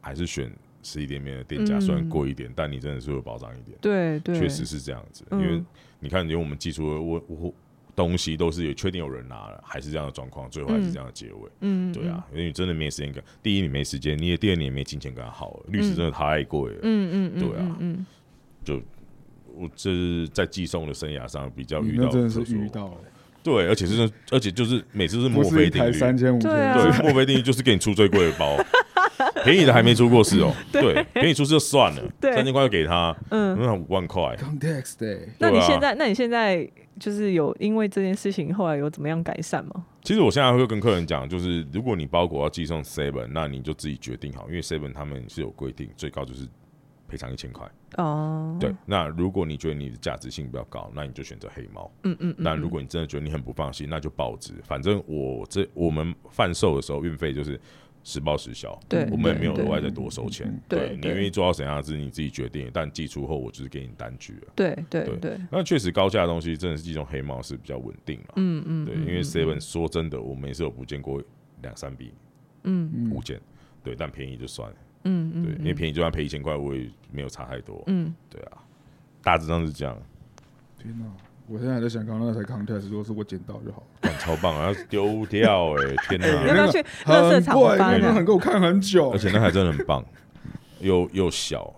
S4: 还是选实体店面的店家，
S3: 嗯
S4: 虽然贵一点，但你真的是会保障一点，
S3: 对对，
S4: 确实是这样子。因
S3: 嗯
S4: 为你看，连我们寄出的我我东西都是有确定有人拿了，还是这样的状况，最后还是这样的结尾。
S3: 嗯，嗯
S4: 对啊，因为你真的没时间跟，第一你没时间，你也第二你也没金钱跟他耗了，律师真的太贵了。
S3: 嗯，嗯嗯嗯，
S4: 对啊
S3: 嗯，嗯
S4: 我这是在寄送的生涯上比较
S2: 你
S4: 遇
S2: 嗯那
S4: 到，
S2: 真的是遇， [LAUGHS] 到了，
S4: 对，而且是而且就是每次是墨
S2: 不是
S4: 菲
S2: 一 [LAUGHS]
S4: 定
S2: 台
S4: 律，
S2: 三千五
S3: 对啊
S2: 千，
S4: 对，墨菲定律就是给你出最贵的
S3: [LAUGHS]
S4: 包，便宜的还没出过事哦，对，便宜出事就算了，
S3: 对
S4: 三千块就给他，
S3: 嗯
S4: 那五万块，
S2: ，context 欸对，
S3: 那你
S4: 对啊
S3: 现在，那你现在就是有因为这件事情后来有怎么样改善吗？
S4: 其实我现在会跟客人讲，就是如果你包裹要寄送 seven，那你就自己决定好，因为 seven 他们是有规定，最高就是赔偿一千块。
S3: 哦，
S4: 对，那如果你觉得你的价值性比较高，那你就选择黑猫。
S3: 嗯，嗯嗯，
S4: 那如果你真的觉得你很不放心，那就报纸。反正我这我们贩售的时候，运费就是实报实销，
S3: 对
S4: 我们也没有
S3: 对
S4: 额外再多收钱。
S3: 对
S4: 你
S3: 对
S4: 愿意做到怎样是你自己决定，但寄出后我就是给你单据了。
S3: 对对
S4: 对
S3: 对，
S4: 那确实高价的东西真的是寄送黑猫是比较稳定了。
S3: 嗯嗯，
S4: 对，
S3: 嗯
S4: 因为
S3: 嗯
S4: Seven 说真的，我们也是有不见过两三笔
S3: 嗯
S2: 嗯
S4: 物件，对，但便宜就算了，
S3: 嗯嗯，
S4: 对，因为便宜就算赔一千块，我也没有差太多，
S3: 嗯，
S4: 对啊，大致上是这样。
S2: 天哪！我现在还在想，刚刚那台 context，如果是我捡到就好了。
S4: 干超棒啊！要丢掉哎、天
S3: 要
S4: 哪！
S3: 不要去
S2: 很
S3: 垃圾场
S2: 贵
S3: 翻
S4: 对
S2: 那
S3: 啊？
S2: 很给我看很久
S4: 而，且那台真的很棒，又又小，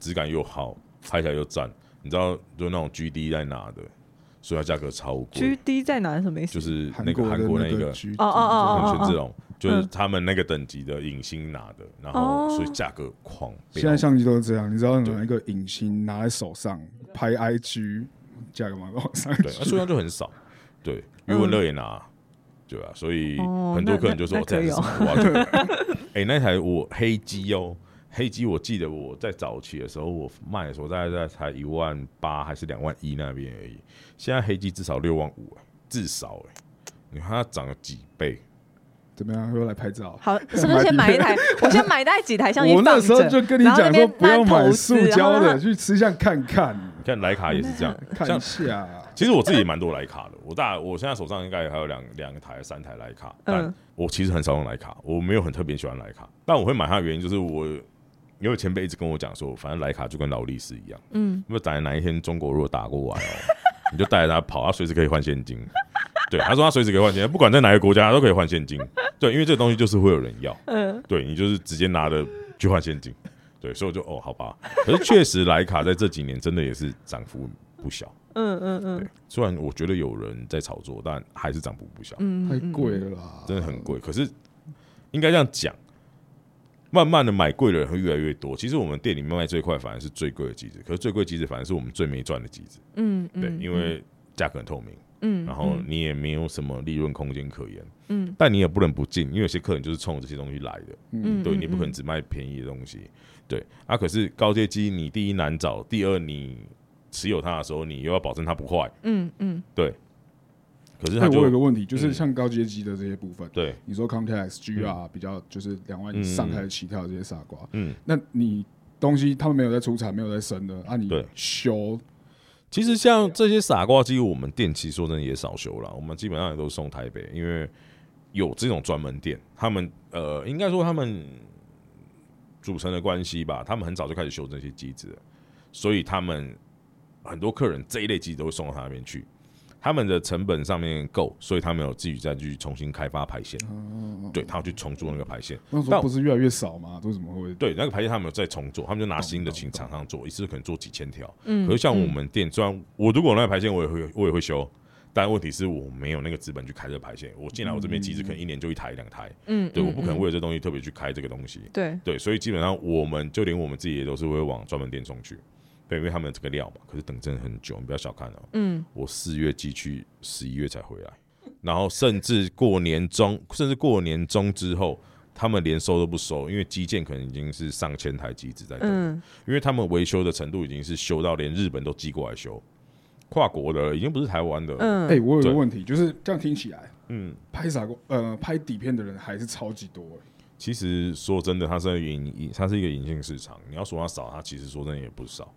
S4: 质感又好，拍起来又赞。你知道，就那种 GD 在拿的，所以它价格超
S3: G
S4: 贵，
S3: D 在哪？什么意思
S4: 就？是
S2: 韩
S4: 那个
S2: 国
S4: 韩
S2: 的
S4: 国
S2: 那
S4: 个
S2: 橘
S3: 哦哦哦哦
S4: 很权
S3: 哦
S4: 志龙，就是他们那个等级的影星拿的，然后
S3: 哦
S4: 所以价格狂飙。
S2: 现在相机都是这样，你知道拿一个影星拿在手上拍 IG，价格蛮往上去
S4: 对，那数量就很少。对，余文乐也拿，对吧？所以
S3: 嗯哦
S4: 很多
S3: 那
S4: 客人就说
S3: 那
S4: 哦这台是
S3: 那
S4: 什么哇 [LAUGHS] 哎，那台我黑机哦，黑机我记得我在早期的时候，我卖的时候大概在才一万八还是两万一那边而已。现在黑机至少六万五，至少哎，你看它涨了几倍。
S2: 怎么样？又来拍照？ [LAUGHS]
S3: 好，是不是先买一台？我先买大概几台相机
S2: 我
S3: 放着，
S2: 那时候就跟你
S3: 然后那
S2: 讲说，
S3: 边
S2: 不要
S3: 慢慢
S2: 买
S3: 投
S2: 塑
S3: 资
S2: 胶，
S3: 然 [LAUGHS]
S2: 的，
S3: 后
S2: 去吃相看看，
S4: 你
S3: 啊
S4: 看徕卡也是这样，
S2: 看
S4: 像
S2: 一下。
S4: 其实我自己也蛮多徕卡的，我大我现在手上应该还有两两台、三台徕卡，但
S3: 嗯
S4: 我其实很少用徕卡，我没有很特别喜欢徕卡，但我会买它的原因就是我有前辈一直跟我讲说，反正徕卡就跟劳力士一样，
S3: 嗯，
S4: 那么等哪一天中国如果打过来哦， [LAUGHS] 你就带着它跑，它随时可以换现金。对，他说他随时可以换现金，不管在哪个国家，他都可以换现金。对，因为这个东西就是会有人要，
S3: 嗯
S4: 对你就是直接拿着去换现金。对，所以我就哦，好吧。可是确实，徕卡在这几年真的也是涨幅不小。
S3: 嗯嗯嗯
S4: 对，虽然我觉得有人在炒作，但还是涨幅不小，
S3: 嗯，
S2: 太
S3: 嗯
S2: 贵了啦，
S4: 真的很贵。可是应该这样讲，慢慢的买贵的人会越来越多。其实我们店里面卖最快反而是最贵的机子，可是最贵机子反而是我们最没赚的机子。
S3: 嗯，嗯
S4: 对，因为价格很透明，
S3: 嗯，
S4: 然后
S3: 嗯
S4: 你也没有什么利润空间可言。
S3: 嗯，
S4: 但你也不能不进，因为有些客人就是冲这些东西来的。
S3: 嗯
S4: 对
S3: 嗯
S4: 你不可能
S3: 嗯
S4: 只卖便宜的东西。对啊，可是高阶机你第一难找，第二你持有它的时候，你又要保证它不坏。
S3: 嗯嗯
S4: 可是
S2: 哎，
S4: 它
S2: 我
S4: 就、
S2: 有个问题，就是
S4: 嗯
S2: 像高阶机的这些部分，
S4: 对，嗯
S2: 你说 Context、GR 比较就是两万以上开始起跳的这些傻瓜，
S4: 嗯，
S2: 那你东西他们没有在出产，没有在生的，啊，你
S4: 对
S2: 修
S4: 其实像这些傻瓜机，我们店其实说真的也少修了，我们基本上也都送台北，因为有这种专门店，他们呃，应该说他们组成的关系吧，他们很早就开始修这些机子了，所以他们很多客人这一类机子都会送到他那边去。他们的成本上面够，所以他们有自己再去重新开发排线，对，他要去重做那个排线。
S2: 那时
S4: 但
S2: 候不是越来越少吗？为什么会？
S4: 对，那个排线他们有在重做，他们就拿
S2: 懂
S4: 新的
S2: 懂
S4: 请厂商做，一次可能做几千条。
S3: 嗯，
S4: 可是像我
S3: 嗯
S4: 们店，虽然我如果有那个排线我也会我也会修，但问题是我没有那个资本去开这个排线。我进来我这边机子可能一年就一台两台，
S3: 嗯，
S4: 对，
S3: 嗯
S4: 我不可能
S3: 嗯
S4: 为了这东西特别去开这个东西。
S3: 对，
S4: 对，所以基本上我们就连我们自己也都是会往专门店送去，对，因为他们有这个料嘛。可是等真的很久，你不要小看哦，
S3: 嗯
S4: 我四月寄去，十一月才回来，然后甚至过年中，甚至过年中之后，他们连收都不收，因为基建可能已经是上千台机子在动，
S3: 嗯，
S4: 因为他们维修的程度已经是修到连日本都寄过来修，跨国的了已经不是台湾的了，
S3: 嗯，
S2: 哎、我有个
S4: 对
S2: 问题，就是这样听起来，
S4: 嗯
S2: 拍傻过呃拍底片的人还是超级多、欸，
S4: 其实说真的，它是隐隐，它是一个隐性市场。你要说它少，它其实说真的也不少，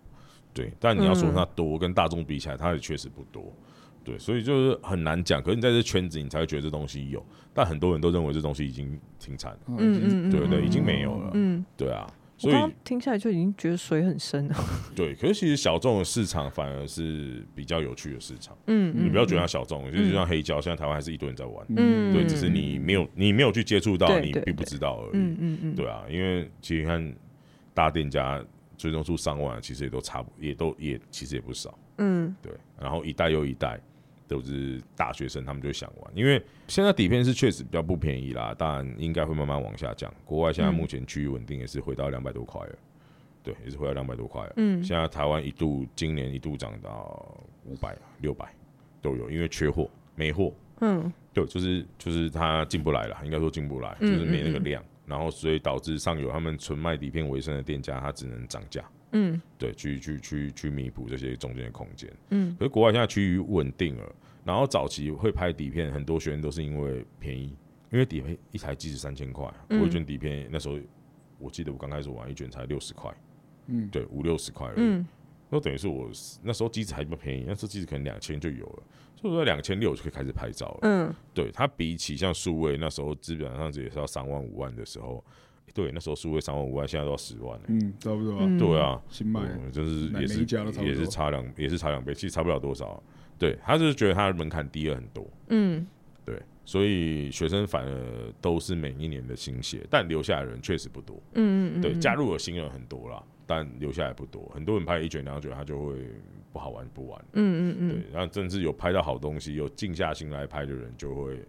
S4: 对。但你要说它多，跟大众比起来，它也确实不多，对。所以就是很难讲。可是你在这圈子，你才会觉得这东西有。但很多人都认为这东西已经停产了，
S2: 啊
S3: 嗯嗯嗯
S4: 对对，已经没有了，
S3: 嗯，
S4: 对啊。
S3: 我
S4: 所以
S3: 刚刚听下来就已经觉得水很深了。
S4: 对，可是其实小众的市场反而是比较有趣的市场。
S3: [LAUGHS] 嗯，嗯
S4: 你不要觉得它小众，就是就像黑胶，现在台湾还是一堆人在玩，
S3: 嗯，
S4: 对，只是你没有你没有去接触到，
S3: 对
S4: 你
S3: 对
S4: 并不
S3: 对
S4: 知道而已。
S3: 嗯嗯嗯，
S4: 对啊，因为其实你看大店家追踪数上万，其实也都差不，也都也其实也不少，
S3: 嗯，
S4: 对。然后一代又一代都是大学生，他们就想玩，因为现在底片是确实比较不便宜啦，当然应该会慢慢往下降。国外现在目前趋于稳定，也是回到两百多块了，对，也是回到两百多块了。
S3: 嗯
S4: 现在台湾一度今年一度涨到五百、六百都有，因为缺货没货，
S3: 嗯
S4: 对，就是就是它进不来了，应该说进不来，就
S3: 嗯
S4: 是没那个
S3: 嗯嗯
S4: 量，然后所以导致上游他们纯卖底片为生的店家，他只能涨价，
S3: 嗯
S4: 对，去去去去弥补这些中间的空间。
S3: 嗯
S4: 可是国外现在趋于稳定了，然后早期会拍底片，很多学生都是因为便宜，因为底片一台机子三千块，啊我
S3: 嗯
S4: 一卷底片那时候我记得我刚开始玩一卷才六十块，
S2: 嗯，
S4: 对，五六十块而已。
S3: 嗯
S4: 那等于是我那时候机子还比较便宜，那时候机子可能两千就有了，所以我在两千六就可以开始拍照了。
S3: 嗯
S4: 对它比起像数位那时候基本上也是要三万五万的时候，对，那时候数位三万五万，现在都要十万了、
S2: 嗯，差不多、啊，
S3: 嗯，
S4: 对，啊，
S2: 新买
S4: 嗯就是
S2: 买
S4: 也
S2: 每一家都差不多
S4: 是也是差两也是差两倍，其实差不了多少啊、对，他就是觉得他的门槛低了很多，
S3: 嗯
S4: 对，所以学生反而都是每一年的新血，但留下来的人确实不多。
S3: 嗯嗯，
S4: 对，加入的新人很多啦，但留下来不多。很多人拍一卷两卷，他就会不好玩不玩了。
S3: 嗯嗯嗯
S4: 对，然后甚至有拍到好东西，有静下心来拍的人，就会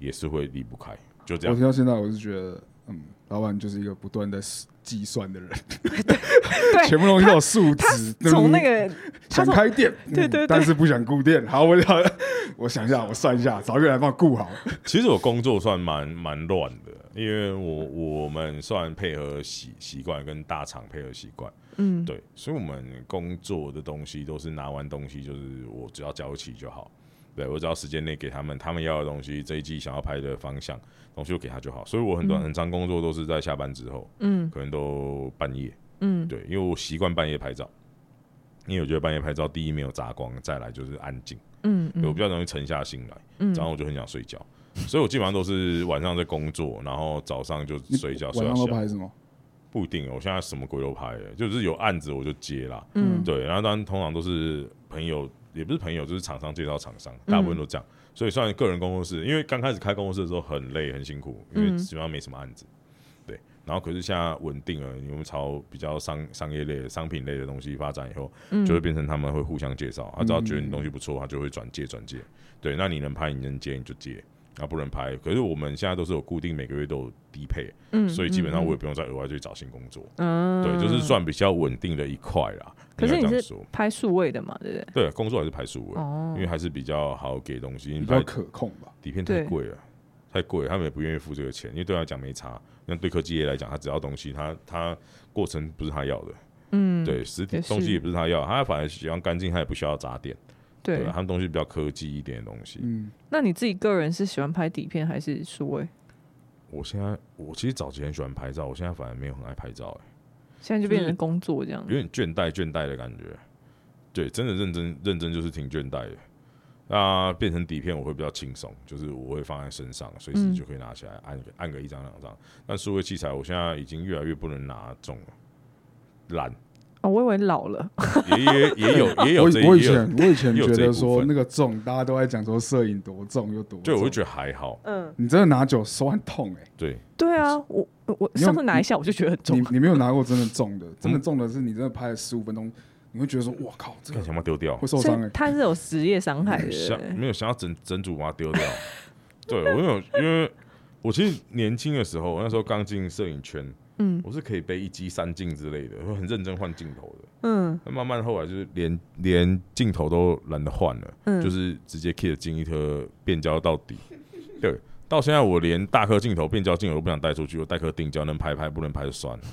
S4: 也是会离不开，就这
S2: 我
S4: 样
S2: 听。到现在，我是觉得，嗯，老板就是一个不断在计算的人，
S3: [LAUGHS] 对
S2: 全部东西都有数
S3: 他
S2: 值。
S3: 从那
S2: 嗯
S3: 个
S2: [LAUGHS] 想
S3: 他从
S2: 开店，
S3: 对
S2: 嗯
S3: 对对
S2: 但是不想顾店。好，我想，我想一下，我算一下，找一个人帮我顾好。
S4: 其实我工作算蛮蛮乱的，因为我我们算配合习习惯跟大厂配合习惯，
S3: 嗯
S4: 对，所以我们工作的东西都是拿完东西就是我只要交齐就好。对，我只要时间内给他们他们要的东西，这一季想要拍的方向东西就给他就好。所以我很短、
S3: 嗯
S4: 很长工作都是在下班之后，
S3: 嗯
S4: 可能都半夜，
S3: 嗯
S4: 对，因为我习惯半夜拍照，因为我觉得半夜拍照，第一没有杂光，再来就是安静，
S3: 嗯
S4: 对我
S3: 嗯
S4: 比较容易沉下心来，
S3: 嗯
S4: 然后我就很想睡觉，所以我基本上都是晚上在工作，然后早上就睡觉，睡
S2: 晚
S4: 到
S2: 上都
S4: 下午。
S2: 拍什么？
S4: 不一定，我现在什么鬼都拍了，就是有案子我就接啦，
S3: 嗯
S4: 对，然后当然通常都是朋友，也不是朋友，就是厂商介绍厂商，
S3: 嗯
S4: 大部分都这样。所以算个人工作室，因为刚开始开工作室的时候很累很辛苦，因为
S3: 嗯
S4: 基本上没什么案子，对。然后可是现在稳定了，你们朝比较商商业类的、商品类的东西发展以后，
S3: 嗯
S4: 就会变成他们会互相介绍，他只要觉得你东西不错，他就会转介转介。对，那你能拍你能接你就接，那不能拍，可是我们现在都是有固定每个月都有低配，
S3: 嗯，
S4: 所以基本上我也不用再额外去找新工作。
S3: 嗯
S4: 对，就是算比较稳定的一块啦。
S3: 可是
S4: 应该
S3: 你
S4: 这样
S3: 是
S4: 说。
S3: 拍数位的嘛，对不对？
S4: 对，工作还是排数位，
S3: 哦
S4: 因为还是比较好给东西。你
S2: 比
S4: 拍
S2: 较可控吧。
S4: 底片太
S3: 对
S4: 贵了，太贵了，他们也不愿意付这个钱，因为对他来讲没差。那对科技业来讲，他只要东西，他他过程不是他要的，
S3: 嗯，
S4: 对实体
S3: 也
S4: 东西
S3: 是
S4: 也不是他要，他反而喜欢干净，他也不需要杂点。啊
S3: 对
S4: 他们东西比较科技一点的东西。
S2: 嗯，
S3: 那你自己个人是喜欢拍底片还是数位？
S4: 我现在我其实早期很喜欢拍照，我现在反而没有很爱拍照、欸，
S3: 现在就
S4: 就是
S3: 变成工作这样
S4: 有。点倦怠倦怠的感觉。对，真的认真认真就是挺倦怠的。那变成底片我会比较轻松，就是我会放在身上，随时
S3: 嗯
S4: 就可以拿起来按个按个一张两张。但数位器材我现在已经越来越不能拿重了，懒
S3: 哦，我以为老了。 [LAUGHS]
S4: 也也也有也有
S2: 我
S4: 这
S2: 我以
S4: 也有，
S2: 前我以前
S4: 也有
S2: 觉
S4: 这一
S2: 得
S4: 部
S2: 说
S4: 分
S2: 那个重，大家都在讲说摄影多重又多重，
S4: 对，我就觉得还好。
S3: 嗯，
S2: 你真的拿酒手很痛哎、
S4: 对，
S3: 对啊，我我
S2: 你有
S3: 上次拿一下我就觉得很重
S2: 你。你没有拿过真的重
S4: [LAUGHS]
S2: 的，真的重的是你真的拍了十五分钟，你会觉得说哇靠，这
S4: 看
S2: 个
S4: 想把它丢掉
S2: 会，受
S3: 所
S2: 伤哎、
S3: 以他是有职业伤害的，对
S4: 想
S3: 不对
S4: 没有想要整整组把它
S3: [LAUGHS]
S4: 丢掉。对我有，因为我其实年轻的时候，那时候刚进摄影圈，
S3: 嗯
S4: 我是可以背一机三镜之类的，会很认真换镜头的。
S3: 嗯
S4: 那慢慢后来就是连连镜头都懒得换了，
S3: 嗯
S4: 就是直接 kit [LAUGHS] 进一颗变焦到底。对，到现在我连大颗镜头、变焦镜头都不想带出去，我带颗定焦能拍拍，不能拍就算了。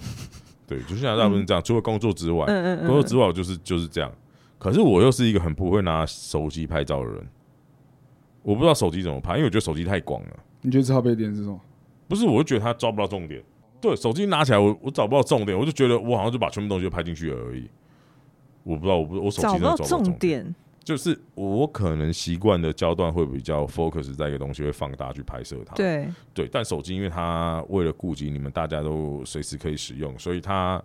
S4: 对，就像大部分这样，除了工作之外，
S3: 嗯嗯
S4: 工作
S3: 嗯，
S4: 之外我就是就是这样。可是我又是一个很不会拿手机拍照的人，我不知道手机怎么拍，因为我觉得手机太广了。
S2: 你觉得差别点是什么？
S4: 不是，我就觉得他抓不到重点。对手机拿起来我，我找不到重点，我就觉得我好像就把全部东西都拍进去了而已。我不知道，我不我手机
S3: 找
S4: 真
S3: 不
S4: 的
S3: 到
S4: 抓不到重
S3: 重，点，
S4: 就是我可能习惯的焦段会比较 focus 在一个东西，会放大去拍摄它。
S3: 对，
S4: 对，但手机因为它为了顾及你们大家都随时可以使用，所以它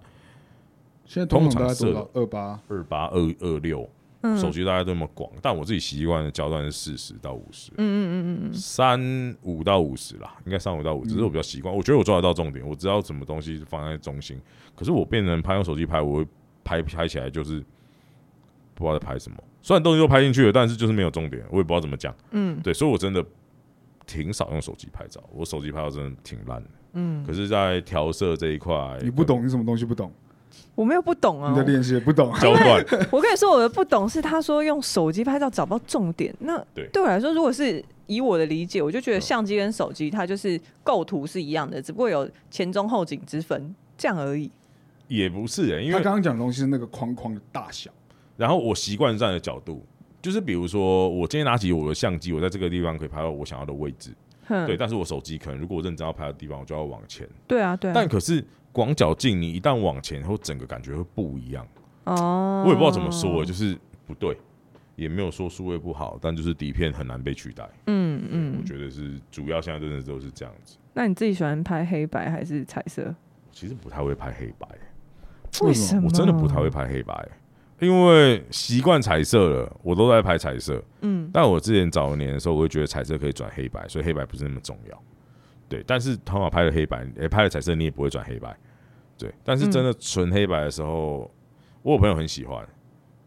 S2: 现在通
S4: 通
S2: 常大
S4: 常
S2: 概多
S4: 是
S2: 少？二八。
S4: 二八二二六，
S3: 嗯，
S4: 手机大家都那么广，但我自己习惯的焦段是四十到五十、
S3: 嗯嗯嗯嗯嗯，
S4: 三五到五十啦，应该三五到五，只是我比较习惯，我觉得我抓得到重点，我知道什么东西放在中心。可是我变成拍用手机拍，我会拍拍起来就是不知道在拍什么，虽然东西都拍进去了，但是就是没有重点，我也不知道怎么讲。
S3: 嗯
S4: 对，所以我真的挺少用手机拍照，我手机拍照真的挺烂的。
S3: 嗯，
S4: 可是，在调色这一块，
S2: 你不懂，你什么东西不懂？
S3: 我没有不懂啊
S4: 哦
S2: 你，的练习也不懂。
S4: 焦段，
S3: 我跟你说，我的不懂是他说用手机拍照找不到重点。那
S4: 对
S3: 对我来说，如果是以我的理解，我就觉得
S4: 嗯
S3: 相机跟手机它就是构图是一样的，只不过有前中后景之分，这样而已。
S4: 也不是、欸，因
S2: 他
S4: 为
S2: 刚刚讲的东西是那个框框的大小，
S4: 然后我习惯站的角度，就是比如说，我今天拿起我的相机，我在这个地方可以拍到我想要的位置，
S3: 哼
S4: 对。，但是我手机可能如果我认真要拍的地方，我就要往前。
S3: 对啊，对啊。
S4: 但可是广角镜，你一旦往前后，整个感觉会不一样。
S3: 哦，
S4: 我也不知道怎么说，就是不对，也没有说数位不好，但就是底片很难被取代。
S3: 嗯
S4: 我
S3: 嗯。
S4: 觉得是主要现在真的都是这样子。
S3: 那你自己喜欢拍黑白还是彩色？
S4: 我其实不太会拍黑白，
S2: 为什
S3: 什么？
S4: 我真的不太会。拍黑白，因为习惯彩色了，我都在拍彩色。
S3: 嗯
S4: 但我之前早年的时候，我会觉得彩色可以转黑白，所以黑白不是那么重要。对，但是唐马拍的黑白，诶、拍的彩色你也不会转黑白。对，但是真的纯黑白的时候，我有朋友很喜欢，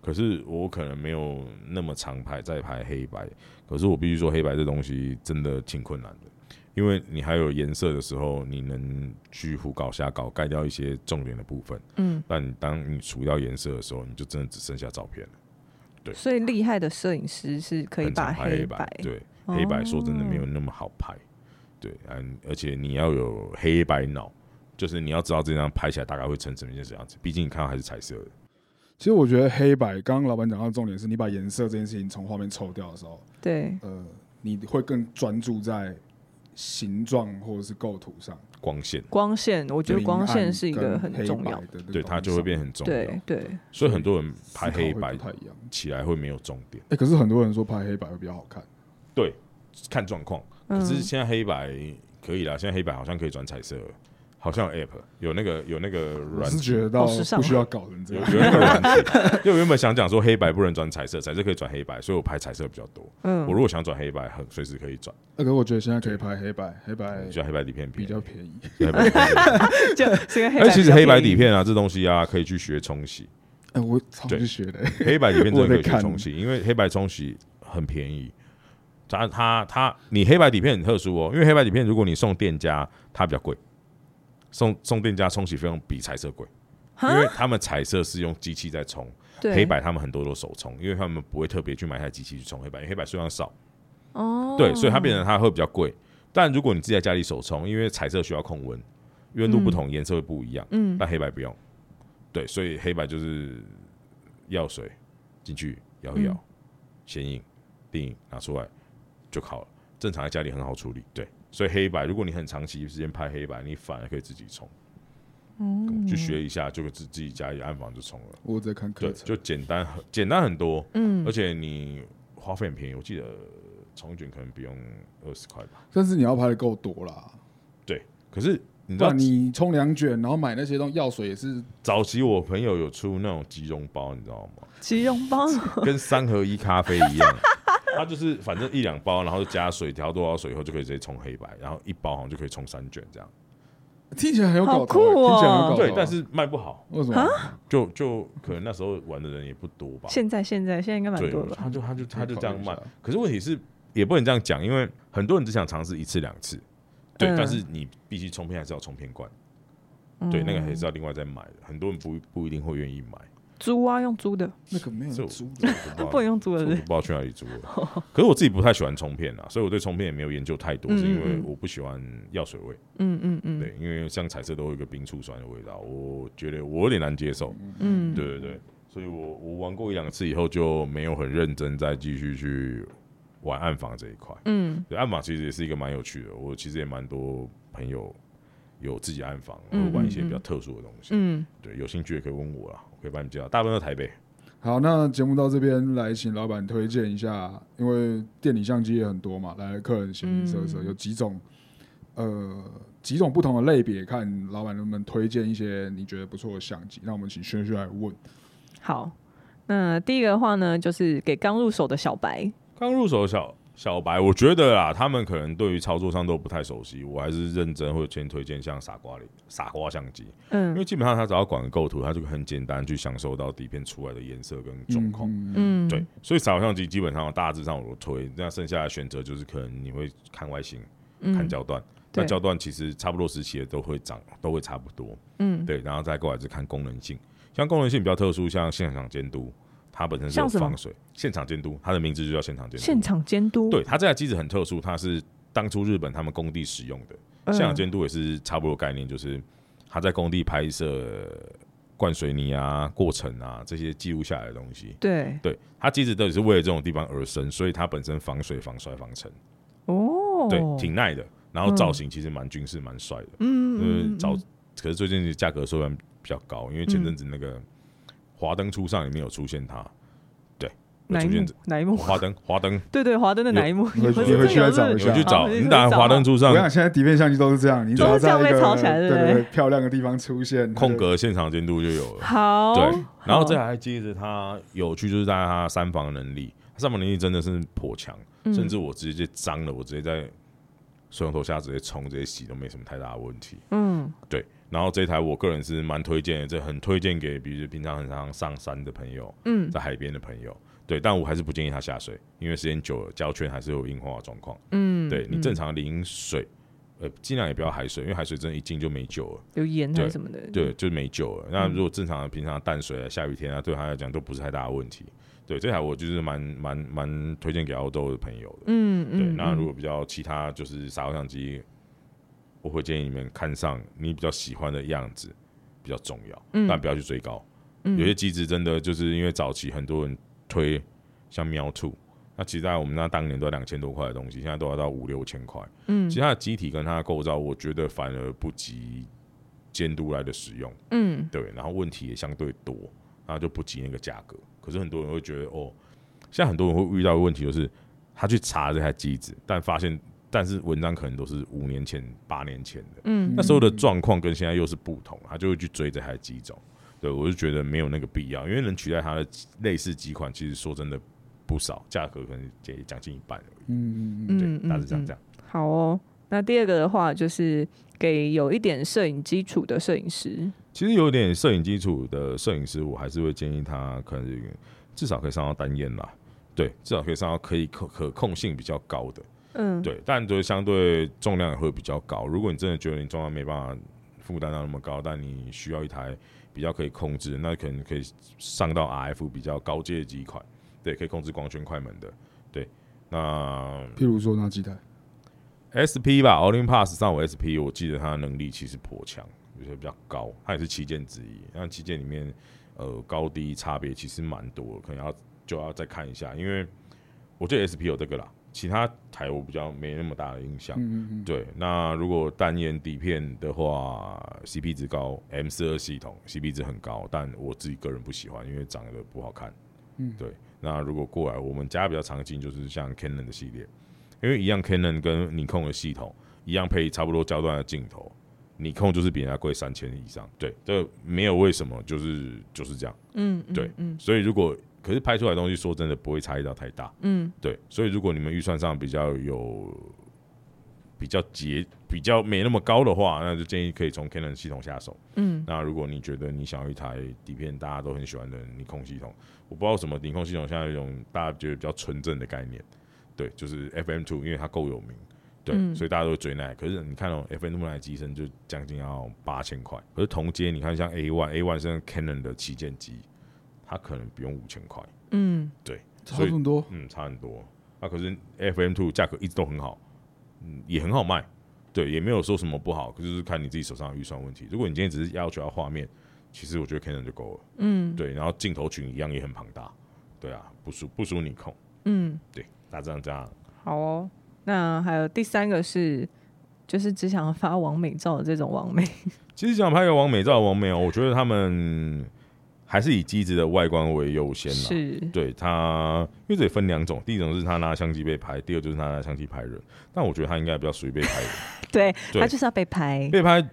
S4: 可是我可能没有那么常拍在拍黑白。可是我必须说，黑白这东西真的挺困难的，因为你还有颜色的时候，你能去胡搞瞎搞，盖掉一些重点的部分。
S3: 嗯。
S4: 但你当你除掉颜色的时候，你就真的只剩下照片了，
S3: 所以厉害的摄影师是可以
S4: 很常
S3: 把
S4: 拍
S3: 黑
S4: 白。对，黑白说真的没有
S3: 哦
S4: 那么好拍，对，嗯，而且你要有黑白脑，就是你要知道这张拍起来大概会成什么样子样子，毕竟你看到还是彩色的，
S2: 其实我觉得黑白，刚刚老板讲到的重点是你把颜色这件事情从画面抽掉的时候，
S3: 对，
S2: 呃，你会更专注在形状或者是构图上。
S4: 光线，
S3: 光线，我觉得光线是一个很重要
S2: 的
S3: 的。，
S4: 对它就会变很重要
S3: 对。对，
S4: 所以很多人拍黑白
S2: 不太一样。
S4: 起来会没有重点，
S2: 哎，可是很多人说拍黑白会比较好看，
S4: 看状况。
S3: 嗯
S4: 可是现在黑白可以啦，现在黑白好像可以转彩色了，好像有 app 有那个有那个
S2: 我
S4: 软
S2: 是
S4: 体
S2: 觉得到
S3: 好时尚
S2: 不需要搞成这
S4: 有
S2: 样。 [LAUGHS] 哎
S4: 有那个软体， [LAUGHS] 因为我原本想讲说黑白不能转彩色，彩色可以转黑白，所以我拍彩色比较多。
S3: 嗯，
S4: 我如果想转黑白，很随时可以转，
S2: 那个我觉得现在可以拍黑白，黑白
S4: 就黑白底片
S2: 比
S4: 比
S2: 较便宜。
S4: 黑白底片便宜
S3: [LAUGHS]
S4: [LAUGHS]
S3: 就是因为黑
S4: 哎，
S3: 白
S4: 其
S3: 比
S4: 实
S3: 较
S4: 黑白
S3: 便宜
S4: 底片啊，这东西啊，可以去学冲洗。
S2: 哎，我早
S4: 对
S2: 去学的。
S4: 黑白底片真的可以
S2: 我在
S4: 学
S2: 看
S4: 冲洗，因为黑白冲洗很便宜。它它它，你黑白底片很特殊哦，因为黑白底片如果你送店家，它比较贵，送送店家冲洗费用比彩色贵，因为他们彩色是用机器在冲，
S3: 对
S4: 黑白他们很多都手冲，因为他们不会特别去买台机器去冲黑白，因为黑白数量少，
S3: 哦，
S4: 对，所以它变成它会比较贵。但如果你自己在家里手冲，因为彩色需要控温，因为温度不同，颜色会不一样。
S3: 嗯
S4: 但黑白不用。对，所以黑白就是药水进去摇
S3: 嗯
S4: 一摇，显影、定影拿出来就好了。正常在家里很好处理。对，所以黑白，如果你很长期时间拍黑白，你反而可以自己冲，
S3: 嗯
S4: 去学一下，就自自己家里暗房就冲了。
S2: 我在看课
S4: 对，
S2: 程，
S4: 就简单很简单很多，
S3: 嗯
S4: 而且你花费很便宜，我记得冲一卷可能不用二十块吧。
S2: 但是你要拍的够多啦，
S4: 可是你知
S2: 不
S4: 道
S2: 然你冲两卷，然后买那些东药水也是 [LAUGHS]
S4: 早期我朋友有出那种即溶包，你知道吗？ [LAUGHS]
S3: 吉绒包，
S4: 跟三合一咖啡一
S3: [LAUGHS]
S4: 样，它就是反正一两包，然后加水调多少水以后就可以直接冲黑白，然后一包好像就可以冲三卷这样。
S2: 听起来很有搞头
S3: 好酷
S2: 欸，
S3: 哦
S2: 听起来很有搞头啊。
S4: 对，但是卖不好，
S2: 为什么？
S4: 就就可能那时候玩的人也不多吧。
S3: 现在现在现在应该蛮
S4: 对
S3: 多，吧？
S4: 他就他就他就这样
S2: 可
S4: 卖
S2: 以考虑一下。
S4: 可是问题是也不能这样讲，因为很多人只想尝试一次两次，对，
S3: 嗯
S4: 但是你必须
S3: 嗯
S4: 冲片还是要冲片罐，对，那个还是要另外再买的，很多人不不一定会愿意买。
S3: 租啊，用租的，
S2: 那个没有
S4: 这
S2: 人
S4: 我
S2: 租的
S4: 这我就不知道
S3: 不能用租的
S4: 这我
S3: 是
S4: 就不知道去哪哦里租了。可是我自己不太喜欢冲片啊，所以我对冲片也没有研究太多，
S3: 哦嗯
S4: 是因为
S3: 嗯嗯
S4: 我不喜欢药水味。
S3: 嗯嗯嗯，
S4: 对，因为像彩色都会有一个冰醋酸的味道，我觉得我有点难接受。
S3: 嗯，
S4: 对对对，所以我我玩过一两次以后就没有很认真再继续去玩暗房这一块。
S3: 嗯
S4: 对，暗房其实也是一个蛮有趣的，我其实也蛮多朋友有自己暗房，会
S3: 嗯
S4: 玩一些比较
S3: 嗯嗯
S4: 特殊的东西。
S3: 嗯，
S4: 对，有兴趣也可以问我啦，我可以帮你介绍。大部分都台北。
S2: 好，那节目到这边来，请老板推荐一下，因为店里相机也很多嘛，来客人形形色色，
S3: 嗯
S2: 有几种，呃，几种不同的类别，看老板能不能推荐一些你觉得不错的相机。那我们请轩轩来问，
S3: 好。那第一个的话呢，就是给刚入手的小白，
S4: 刚入手的小小白，我觉得啦，他们可能对于操作上都不太熟悉，我还是认真会先推荐像傻瓜里傻瓜相机，因
S3: 嗯
S4: 为基本上它只要管构图，它就很简单去享受到底片出来的颜色跟状况。
S2: 嗯，
S3: 嗯，
S4: 对，，所以傻瓜相机基本上大致上我都推，那剩下的选择就是可能你会看外形、看
S3: 嗯
S4: 焦段，
S3: 对
S4: 那焦段其实差不多时期的都会长，都会差不多。
S3: 嗯，
S4: 对，然后再过来是看功能性，像功能性比较特殊，像现场监督，它本身是有
S3: 像什么
S4: 防水，现场监督，它的名字就叫现场监督。
S3: 现场监督，
S4: 对，它这台机子很特殊，它是当初日本他们工地使用的，
S3: 嗯，
S4: 现场监督也是差不多概念，就是他在工地拍摄灌水泥啊、过程啊这些记录下来的东西。
S3: 对，
S4: 对，它机子都也是为了这种地方而生，所以它本身防水、防摔、防尘，
S3: 哦，
S4: 对，挺耐的。然后
S3: 嗯
S4: 造型其实蛮军事、蛮帅的。
S3: 嗯，嗯
S4: 呃，
S3: 嗯，
S4: 早
S3: 嗯，
S4: 可是最近的价格虽然比较高，因为前阵子那个《华灯初上》里面有出现它，对，有
S3: 嗯哪一
S4: 出现
S3: 幕？哪一幕？
S4: 华灯，华灯，
S3: 对对，华灯的哪一幕？
S2: 你会
S3: [LAUGHS] 不是
S2: 你会
S3: 这
S2: 去
S3: 个
S2: 再找
S3: 是
S2: 一
S4: 你
S2: 下
S4: 们去
S3: 好
S4: 找，
S3: 哦你
S4: 你
S3: 去
S4: 打《
S3: 找
S4: 华灯初上
S2: 啊我》想现在底片相机都是这样，你只要
S3: 都是这
S2: 在
S3: 样
S2: 一
S3: 被
S2: 个
S3: 炒起来
S2: 对
S3: 对
S2: 对
S3: 不对
S2: 漂亮的地方出现，
S4: 空格现场监督就有了。
S3: 好，
S4: 对，然后这
S3: 哦好
S4: 台机子它有趣就是在它三防能力，它三防能力真的是颇强，
S3: 嗯
S4: 甚至我直接脏了，我直接在水龙头下直接冲直接洗都没什么太大的问题。
S3: 嗯
S4: 对，然后这台我个人是蛮推荐的，这很推荐给比如平常很常上山的朋友，
S3: 嗯
S4: 在海边的朋友。对，但我还是不建议他下水，因为时间久了胶圈还是会有硬化的状况。
S3: 嗯，
S4: 对你
S3: 嗯
S4: 正常淋水，呃，尽量也不要海水，因为海水真的一进就没救了。
S3: 有盐还
S4: 对
S3: 是什么的，
S4: 对，就是没救了。
S3: 嗯
S4: 那如果正常的平常的淡水啊、下雨天啊，对他来讲都不是太大的问题。对，这台我就是蛮蛮蛮推荐给澳洲的朋友的。
S3: 嗯嗯，
S4: 对，那
S3: 嗯
S4: 如果比较其他就是傻瓜相机，我会建议你们看上你比较喜欢的样子比较重要，
S3: 嗯
S4: 但不要去追高。
S3: 嗯
S4: 有些机制真的就是因为早期很多人推像喵兔，那其实在我们那当年都要两千多块的东西，现在都要到五六千块。
S3: 嗯
S4: 其实它的机体跟它的构造，我觉得反而不及监督来的使用。
S3: 嗯
S4: 对，然后问题也相对多，然后就不及那个价格。可是很多人会觉得，哦，现在很多人会遇到的问题就是，他去查这台机子，但发现，但是文章可能都是五年前、八年前的，
S3: 嗯
S4: 那时候的状况跟现在又是不同，他就会去追这台机种。对我就觉得没有那个必要，因为能取代它的类似几款，其实说真的不少，价格可能也将近一半而已。
S2: 嗯，嗯嗯，
S4: 对，
S3: 嗯
S4: 大致上
S3: 嗯
S4: 这样。
S3: 好哦。那第二个的话，就是给有一点摄影基础的摄影师，
S4: 其实有点摄影基础的摄影师，我还是会建议他可能至少可以上到单眼啦，对，至少可以上到可以可可控性比较高的，
S3: 嗯，
S4: 对，但就是相对重量也会比较高。如果你真的觉得你重量没办法负担到那么高，但你需要一台比较可以控制，那可能可以上到 RF 比较高阶级款，对，可以控制光圈快门的，对，那
S2: 譬如说那几台，
S4: SP 吧，Olympus 上我 SP，我记得它的能力其实颇强，有些比较高，它也是旗舰之一。那旗舰里面，呃，高低差别其实蛮多的，可能要就要再看一下，因为我觉得 SP 有这个啦，其他台我比较没那么大的印象。
S2: 嗯嗯嗯，
S4: 对，那如果单眼底片的话，CP 值高，M 四二系统 CP 值很高，但我自己个人不喜欢，因为长得不好看。
S2: 嗯
S4: 对。那如果过来，我们家比较常进就是像 Canon 的系列，因为一样 Canon 跟尼控的系统一样配差不多焦段的镜头，尼控就是比人家贵三千以上。对，这没有为什么，就是就是这样。
S3: 嗯，嗯
S4: 对
S3: 嗯
S4: 所以如果可是拍出来的东西，说真的不会差异到太大。
S3: 嗯
S4: 对，所以如果你们预算上比较有比较节比较没那么高的话，那就建议可以从 Canon 系统下手。
S3: 嗯
S4: 那如果你觉得你想要一台底片大家都很喜欢的尼控系统，我不知道为什么尼控系统现在有一种大家觉得比较纯正的概念，对，就是 FM Two，因为它够有名。对，
S3: 嗯
S4: 所以大家都会追那台。可是你看哦，FM 那台机身就将近要八千块，可是同阶你看像 A One，A One 是 Canon 的旗舰机，它可能不用五千块，
S3: 嗯，
S2: 差这么多，
S4: 嗯，差很多。那、可是 FM Two 价格一直都很好，嗯，也很好卖，对，也没有说什么不好，可就是看你自己手上的预算问题。如果你今天只是要求要画面，其实我觉得 Canon 就够了，嗯，对，然后镜头群一样也很庞大，对啊，不输不输你控，
S3: 嗯，
S4: 对，大致上这样。
S3: 好哦。那还有第三个是，就是只想发完美照的这种完美，
S4: 其实想拍个完美照，完美哦，我觉得他们还是以机子的外观为优先啦，
S3: 是
S4: 对他，因为这也分两种，第一种是他拿相机被拍，第二就是他拿相机拍人。但我觉得他应该比较属于被拍人，
S3: 对，
S4: 对
S3: 他就是要被拍，
S4: 被拍。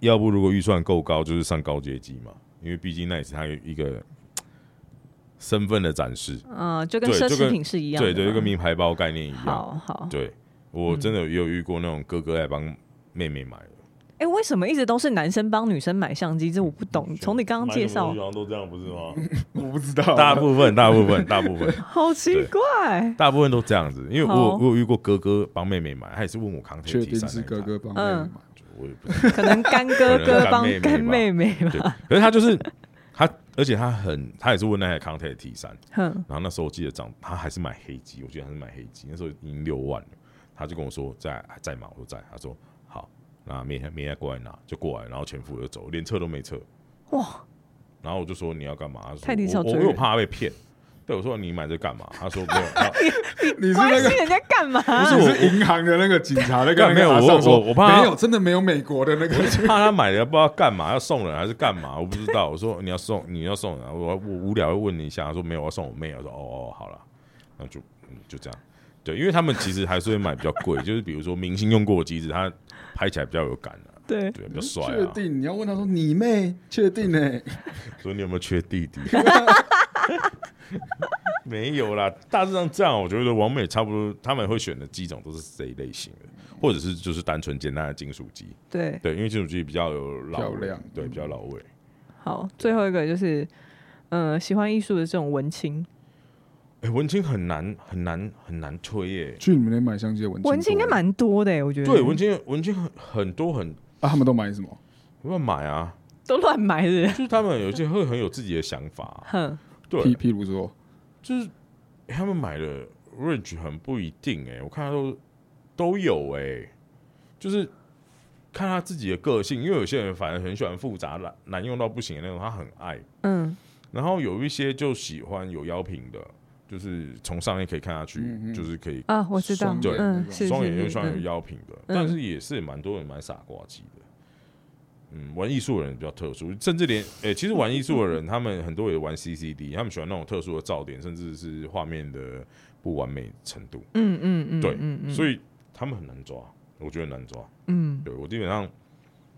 S4: 要不如果预算够高，就是上高阶机嘛，因为毕竟那也是他一个身份的展示，
S3: 嗯、就跟
S4: 对
S3: 奢
S4: 就
S3: 侈
S4: 跟
S3: 品是一样的
S4: 对
S3: 嘛，
S4: 对，就跟名牌包概念一样。
S3: 好好，
S4: 对我真的也有遇过那种哥哥来帮妹妹买的，
S3: 哎、为什么一直都是男生帮女生买相机？这我不
S4: 嗯
S3: 懂。嗯从你刚刚介绍，
S4: 像都这样不是吗？
S2: 我不知道，
S4: [LAUGHS] 大部分大部分大部分
S3: 好奇怪。
S4: 大部分都这样子，因为我有
S3: 好
S4: 我有遇过哥哥帮妹妹买，他也是问我扛铁
S2: [LAUGHS] 确
S4: 提
S2: 定
S4: 三
S2: 是
S4: 那一
S2: 哥
S4: 台
S2: 哥帮妹
S3: 嗯
S2: 妹买，
S4: 我也不知道。
S3: 可能干哥
S4: 可能
S3: 哥
S4: 干
S3: 帮
S4: 妹妹吧
S3: 干妹妹吧。
S4: 对，可是他就是他，而且他很，他也是问那台康泰的 T 三，
S3: 哼，
S4: 然后那时候我记得涨，他还是买黑机，我记得他是买黑机，那时候已经六万了，他就跟我说在还在吗？我说在，他说好，那明天明天过来拿，就过来，然后前夫就走，连测都没测，
S3: 哇，
S4: 然后我就说你要干嘛？他说
S3: 泰迪小
S4: 我我
S3: 嘴
S4: 我有
S3: 人
S4: 怕他被骗，对我说你买这干嘛？他说没有，他
S2: 你是
S3: 关
S2: 那个
S3: 心。人家干嘛？
S4: 不
S2: 你
S4: 是我
S2: 是银行的那个警察那个
S4: 干没有
S2: 那个阿
S4: 我
S2: 上说
S4: 我我怕
S2: 没有，真的没有美国的 [LAUGHS] 那个。
S4: 怕他买了不知道干嘛，要送人还是干嘛？我不知道。我说你要送，你要送人啊，我我无聊会问你一下。他说没有，我要送我妹。我说哦哦，好了，那就嗯就这样。对，因为他们其实还是会买比较贵，就是比如说明星用过的机子，它拍起来比较有感啊，
S3: 对，
S4: [LAUGHS] 对，比较帅
S2: [LAUGHS] 确
S4: 啊。
S2: 定？你要问他说你妹？确定欸呢、
S4: [LAUGHS] 所以你有没有缺弟弟？没有啦，大致上这样，我觉得王美差不多，他们会选的机种都是这一类型的，或者是就是单纯简单的金属机，
S3: 对，
S4: 对，因为金属机比较有老
S2: 漂
S4: 味
S2: 亮，
S4: 对，比较老味。
S3: 好，最后一个就是，嗯，喜欢艺术的这种文青，
S4: 哎、文青很难很难很难推耶、
S2: 去你们那买相机的文青，
S3: 文青应该蛮多的，欸我觉得。
S4: 对，文青文青很很多很
S2: 啊？他们都买什么？
S4: 乱买啊， [LAUGHS]
S3: 都乱买的人。
S4: 就是他们有些会很有自己的想法啊、
S3: 哼，
S4: 对，
S2: 譬譬如说，
S4: 就是、欸他们买的 range 很不一定哎、我看他都都有哎、就是看他自己的个性，因为有些人反而很喜欢复杂难难用到不行的那种，他很爱，
S3: 嗯，
S4: 然后有一些就喜欢有腰品的，就是从上面可以看下去，
S2: 嗯嗯
S4: 就是可以
S3: 啊，我知道
S2: 双，
S4: 眼
S3: 嗯
S2: 那，种
S3: 是
S4: 双眼
S3: 是
S4: 就是算有
S3: 嗯
S4: 腰品的，但是也是蛮多人买傻瓜机的。嗯，玩艺术的人比较特殊，甚至连诶、其实玩艺术的
S3: [LAUGHS]
S4: 人，他们很多也玩 CCD，他们喜欢那种特殊的噪点，甚至是画面的不完美程度，
S3: 嗯嗯嗯，
S4: 对
S3: 嗯嗯，
S4: 所
S3: 以
S4: 以他们很难抓，我觉得很难抓。
S3: 嗯
S4: 对我基本上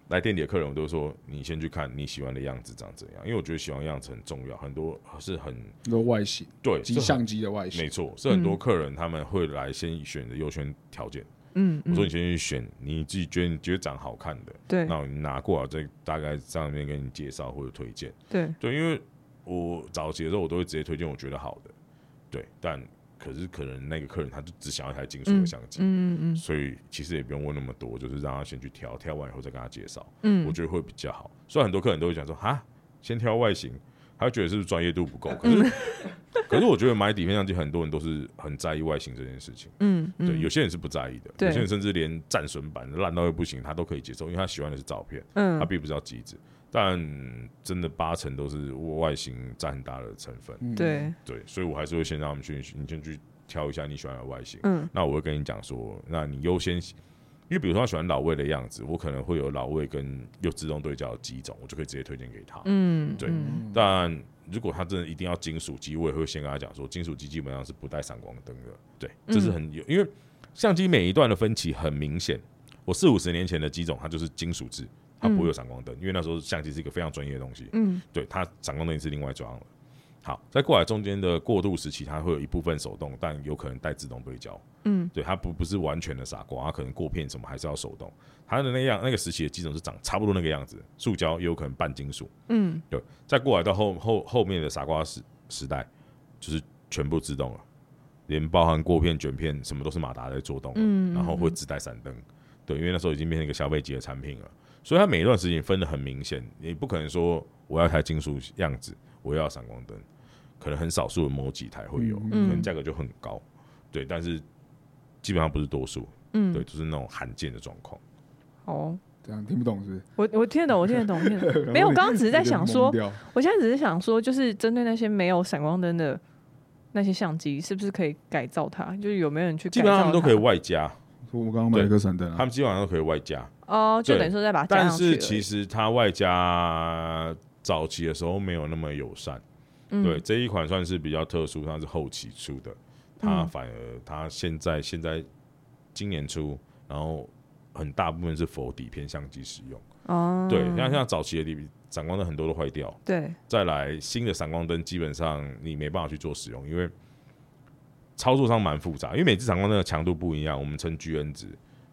S4: 来店里的客人，我都说你先去看你喜欢的样子长怎样，因为我觉得喜欢的样子很重要，很多是很
S2: 那个外形，
S4: 对
S2: 及
S4: 是很
S2: 相机的外
S4: 没
S2: 形，
S4: 错，是很多客人他们会来先选的优先条件。
S3: 嗯，
S4: 我说你
S3: 嗯
S4: 先去选你自己觉得你觉得长好看的，
S3: 对嗯
S4: 那我拿过来再大概上面给你介绍或者推荐。
S3: 对，
S4: 对，因为我早期的时候我都会直接推荐我觉得好的，对，但可是可能那个客人他就只想要一台金属的相机，
S3: 嗯嗯嗯
S4: 所以其实也不用问那么多，就是让他先去挑，挑完以后再跟他介绍，
S3: 嗯，
S4: 我觉得会比较好。虽然很多客人都会讲说哈，先挑外形。他会觉得是不是专业度不
S3: 嗯
S4: 够，可是、 [LAUGHS] 可是我觉得买底片相机很多人都是很在意外形这件事情。
S3: 嗯嗯，
S4: 对，有些人是不在意的，
S3: 对
S4: 有些人甚至连战损版烂到又不行，他都可以接受，因为他喜欢的是照片，
S3: 嗯
S4: 他并不是要机子。但真的八成都是外形占很大的成分，
S2: 嗯，
S3: 对，
S4: 对，所以我还是会先让他们去，你先去挑一下你喜欢的外形。
S3: 嗯
S4: 那我会跟你讲说，那你优先，因为比如说他喜欢老魏的样子，我可能会有老魏跟又自动对焦的几种，我就可以直接推荐给他。
S3: 嗯，
S4: 对
S3: 嗯
S4: 但如果他真的一定要金属机，我也会先跟他讲说，金属机基本上是不带闪光灯的。对，
S3: 嗯
S4: 这是很有，因为相机每一段的分歧很明显。我四五十年前的机种，它就是金属制，它不会有闪光灯，因为那时候相机是一个非常专业的东西。
S3: 嗯，
S4: 对，它闪光灯也是另外装了。好，在过来中间的过渡时期，它会有一部分手动，但有可能带自动对焦。
S3: 嗯，
S4: 对，它不不是完全的傻瓜，它可能过片什么还是要手动。它的那样那个时期的机种是长差不多那个样子，塑胶也有可能半金属。
S3: 嗯，
S4: 对，再过来到后后后面的傻瓜时时代，就是全部自动了，连包含过片、卷片什么都是马达在做动了，
S3: 嗯
S4: 然后会自带闪灯，对，因为那时候已经变成一个消费级的产品了，所以它每一段时间分的很明显，你不可能说我要一台金属样子，我要闪光灯，可能很少数的某几台会有，
S2: 嗯
S4: 可能价格就很高，对，但是基本上不是多数，
S3: 嗯，
S4: 对，就是那种罕见的状况。
S3: 哦，
S2: 这样听不懂是不是？
S3: 我我听得懂，我听得懂，我听得懂。没有，我刚刚只是在想说，我现在只是想说，就是针对那些没有闪光灯的那些相机，是不是可以改造它？就是有没有人去
S4: 基
S3: 改
S4: 本
S3: 造
S4: 上他
S3: 它？
S4: 们都可以外加，
S2: 我刚刚买了一个闪灯
S4: 他
S2: 啊，
S4: 们基本上都可以外加，
S3: 哦，就
S4: 对
S3: 等于说再把它加
S4: 但
S3: 上去而已。
S4: 是其实它外加早期的时候没有那么友善。
S3: 嗯
S4: 对，这一款算是比较特殊，它是后期出的，它
S3: 嗯
S4: 反而它现在现在今年出，然后很大部分是否底片相机使用。
S3: 哦，
S4: 对，像像早期的底片闪光灯很多都坏掉，
S3: 对
S4: 再来新的闪光灯基本上你没办法去做使用，因为操作上蛮复杂，因为每只闪光灯的强度不一样，我们称 GN 值，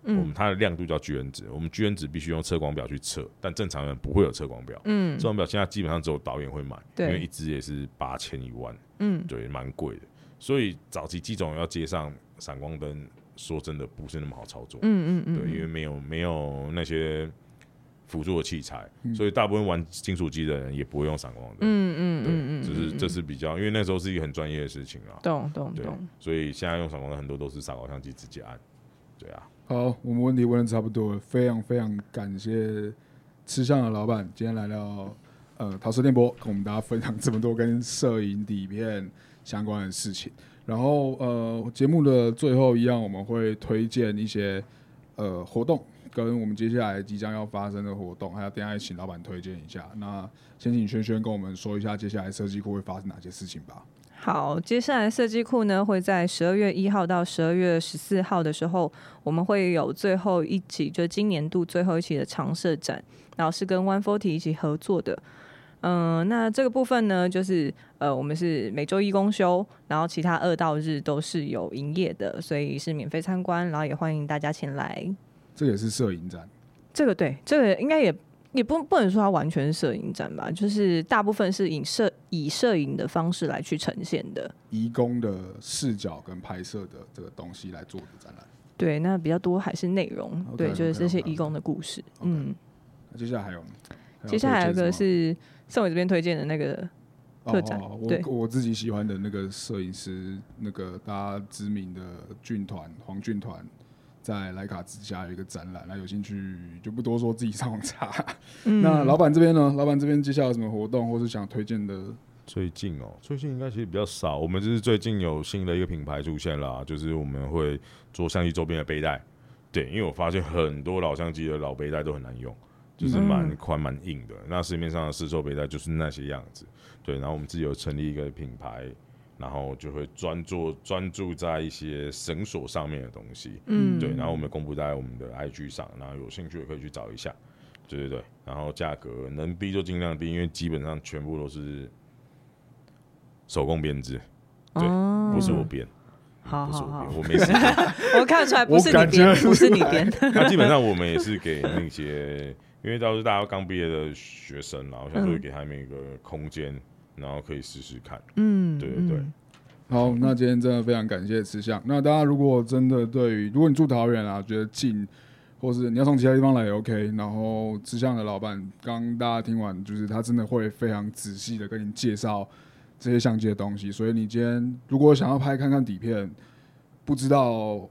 S4: 我们
S3: 嗯
S4: 它的亮度叫 GN 值，我们 GN 值必须用测光表去测，但正常人不会有测光表。
S3: 嗯
S4: 测光表现在基本上只有导演会买，因
S3: 对
S4: 为一支也是八千一万，
S3: 嗯
S4: 对，蛮贵的。所以早期机种要接上闪光灯，说真的不是那么好操作，
S3: 嗯嗯嗯，
S4: 对，因为没有没有那些辅助的器材，
S2: 嗯
S4: 所以大部分玩金属机的人也不会用闪光灯，
S3: 嗯嗯
S4: 对，
S3: 嗯嗯，
S4: 只是
S3: 嗯
S4: 这是比较，因为那时候是一个很专业的事情啊，
S3: 懂懂
S4: 对
S3: 懂，
S4: 所以现在用闪光灯很多都是傻高相机直接按，对啊，
S2: 好，我们问题问的差不多了，非常非常感谢吃相的老板今天来到呃陶瓷电波，跟我们大家分享这么多跟摄影底片相关的事情。然后呃，节目的最后一样，我们会推荐一些呃活动，跟我们接下来即将要发生的活动，还有等一下也请老板推荐一下。那先请轩轩跟我们说一下接下来设计库会发生哪些事情吧。
S3: 好，接下来设计库呢会在十二月一号到十二月十四号的时候，我们会有最后一期，就是今年度最后一期的常设展，然后是跟 One Forty 一起合作的。嗯、那这个部分呢，就是呃，我们是每周一公休，然后其他二到日都是有营业的，所以是免费参观，然后也欢迎大家前来。
S2: 这也是摄影展，
S3: 这个对，这个应该也也不不能说它完全是摄影展吧，就是大部分是以摄以摄影的方式来去呈现的。
S2: 移工的视角跟拍摄的这个东西来做的展览。
S3: 对，那比较多还是内容
S2: OK，
S3: 对，就是
S2: OK，
S3: 这些
S2: OK，OK
S3: 义工的故事。
S2: OK
S3: 嗯，
S2: 那接下来还有吗？还
S3: 接下来有
S2: 推
S3: 一
S2: 荐
S3: 个
S2: 什么
S3: 是宋伟这边推荐的那个，特展
S2: 哦、
S3: 对
S2: 我我自己喜欢的那个摄影师，那个大家知名的俊团黄俊团，在莱卡之家有一个展览，那有兴趣就不多说，自己上网查。
S3: 嗯，
S2: 那老板这边呢？老板这边接下来有什么活动，或是想推荐的？
S4: 最近哦，最近应该其实比较少。我们就是最近有新的一个品牌出现啦，就是我们会做相机周边的背带。对，因为我发现很多老相机的老背带都很难用，就是蛮
S3: 嗯
S4: 宽蛮硬的。那市面上的市售背带就是那些样子。对，然后我们自己有成立一个品牌，然后就会专做专注在一些绳索上面的东西。
S3: 嗯，
S4: 对，然后我们公布在我们的 IG 上，然后有兴趣的可以去找一下。对对对，然后价格能低就尽量低，因为基本上全部都是手工编织，对
S3: 哦
S4: 不是我，编，
S3: 好
S4: 不是
S3: 好
S4: 我
S3: 好
S4: 编，，我没
S3: [LAUGHS]
S4: 时间。
S3: 我看得出来
S2: [LAUGHS]
S3: 不
S2: 我
S3: 是
S2: 感
S3: 你
S2: 觉
S3: 编，
S2: 出
S3: 不是你
S2: 来
S3: 编，
S4: 那基本上我们也是给那些，因为到时候大家刚毕业的学生啦，我想说
S3: 嗯
S4: 给他们一个空间，然后可以试试看。
S2: [LAUGHS]
S3: 嗯，
S4: 对对对
S3: 嗯
S2: 好，那今天真的非常感谢吃相。那大家如果真的对于，如果你住桃园啊，觉得近，或是你要从其他地方来也 OK。然后吃相的老板，刚刚大家听完，就是他真的会非常仔细的跟你介绍这些相机的东西。所以你今天如果想要拍看看底片，不知道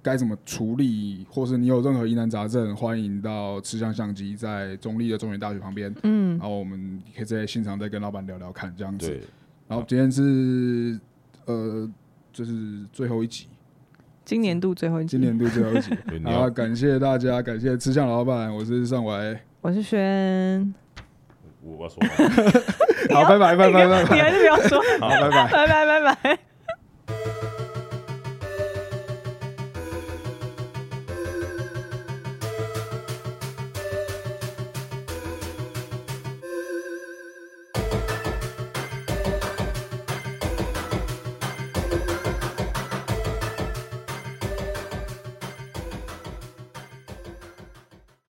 S2: 该怎么处理，或是你有任何疑难杂症，欢迎到吃相相机在中立的中原大学旁边，
S3: 嗯
S2: 然，后我们可以在现场再跟老板聊聊看这样子。
S4: 对，
S3: 嗯
S2: 然后今天是呃，就是最后一集，
S3: 今年度最后一集，
S2: 今年度最后一集。
S4: 所以 [LAUGHS] 你
S2: 然后
S4: 要
S2: 感谢大家，感谢吃相老板，我是尚伟。
S3: 我是轩，
S4: 我我要说话。
S2: 好，拜拜，拜拜，拜拜，
S3: [LAUGHS] 你还是不要说，
S2: 好，拜拜。
S3: [LAUGHS] 拜拜拜拜。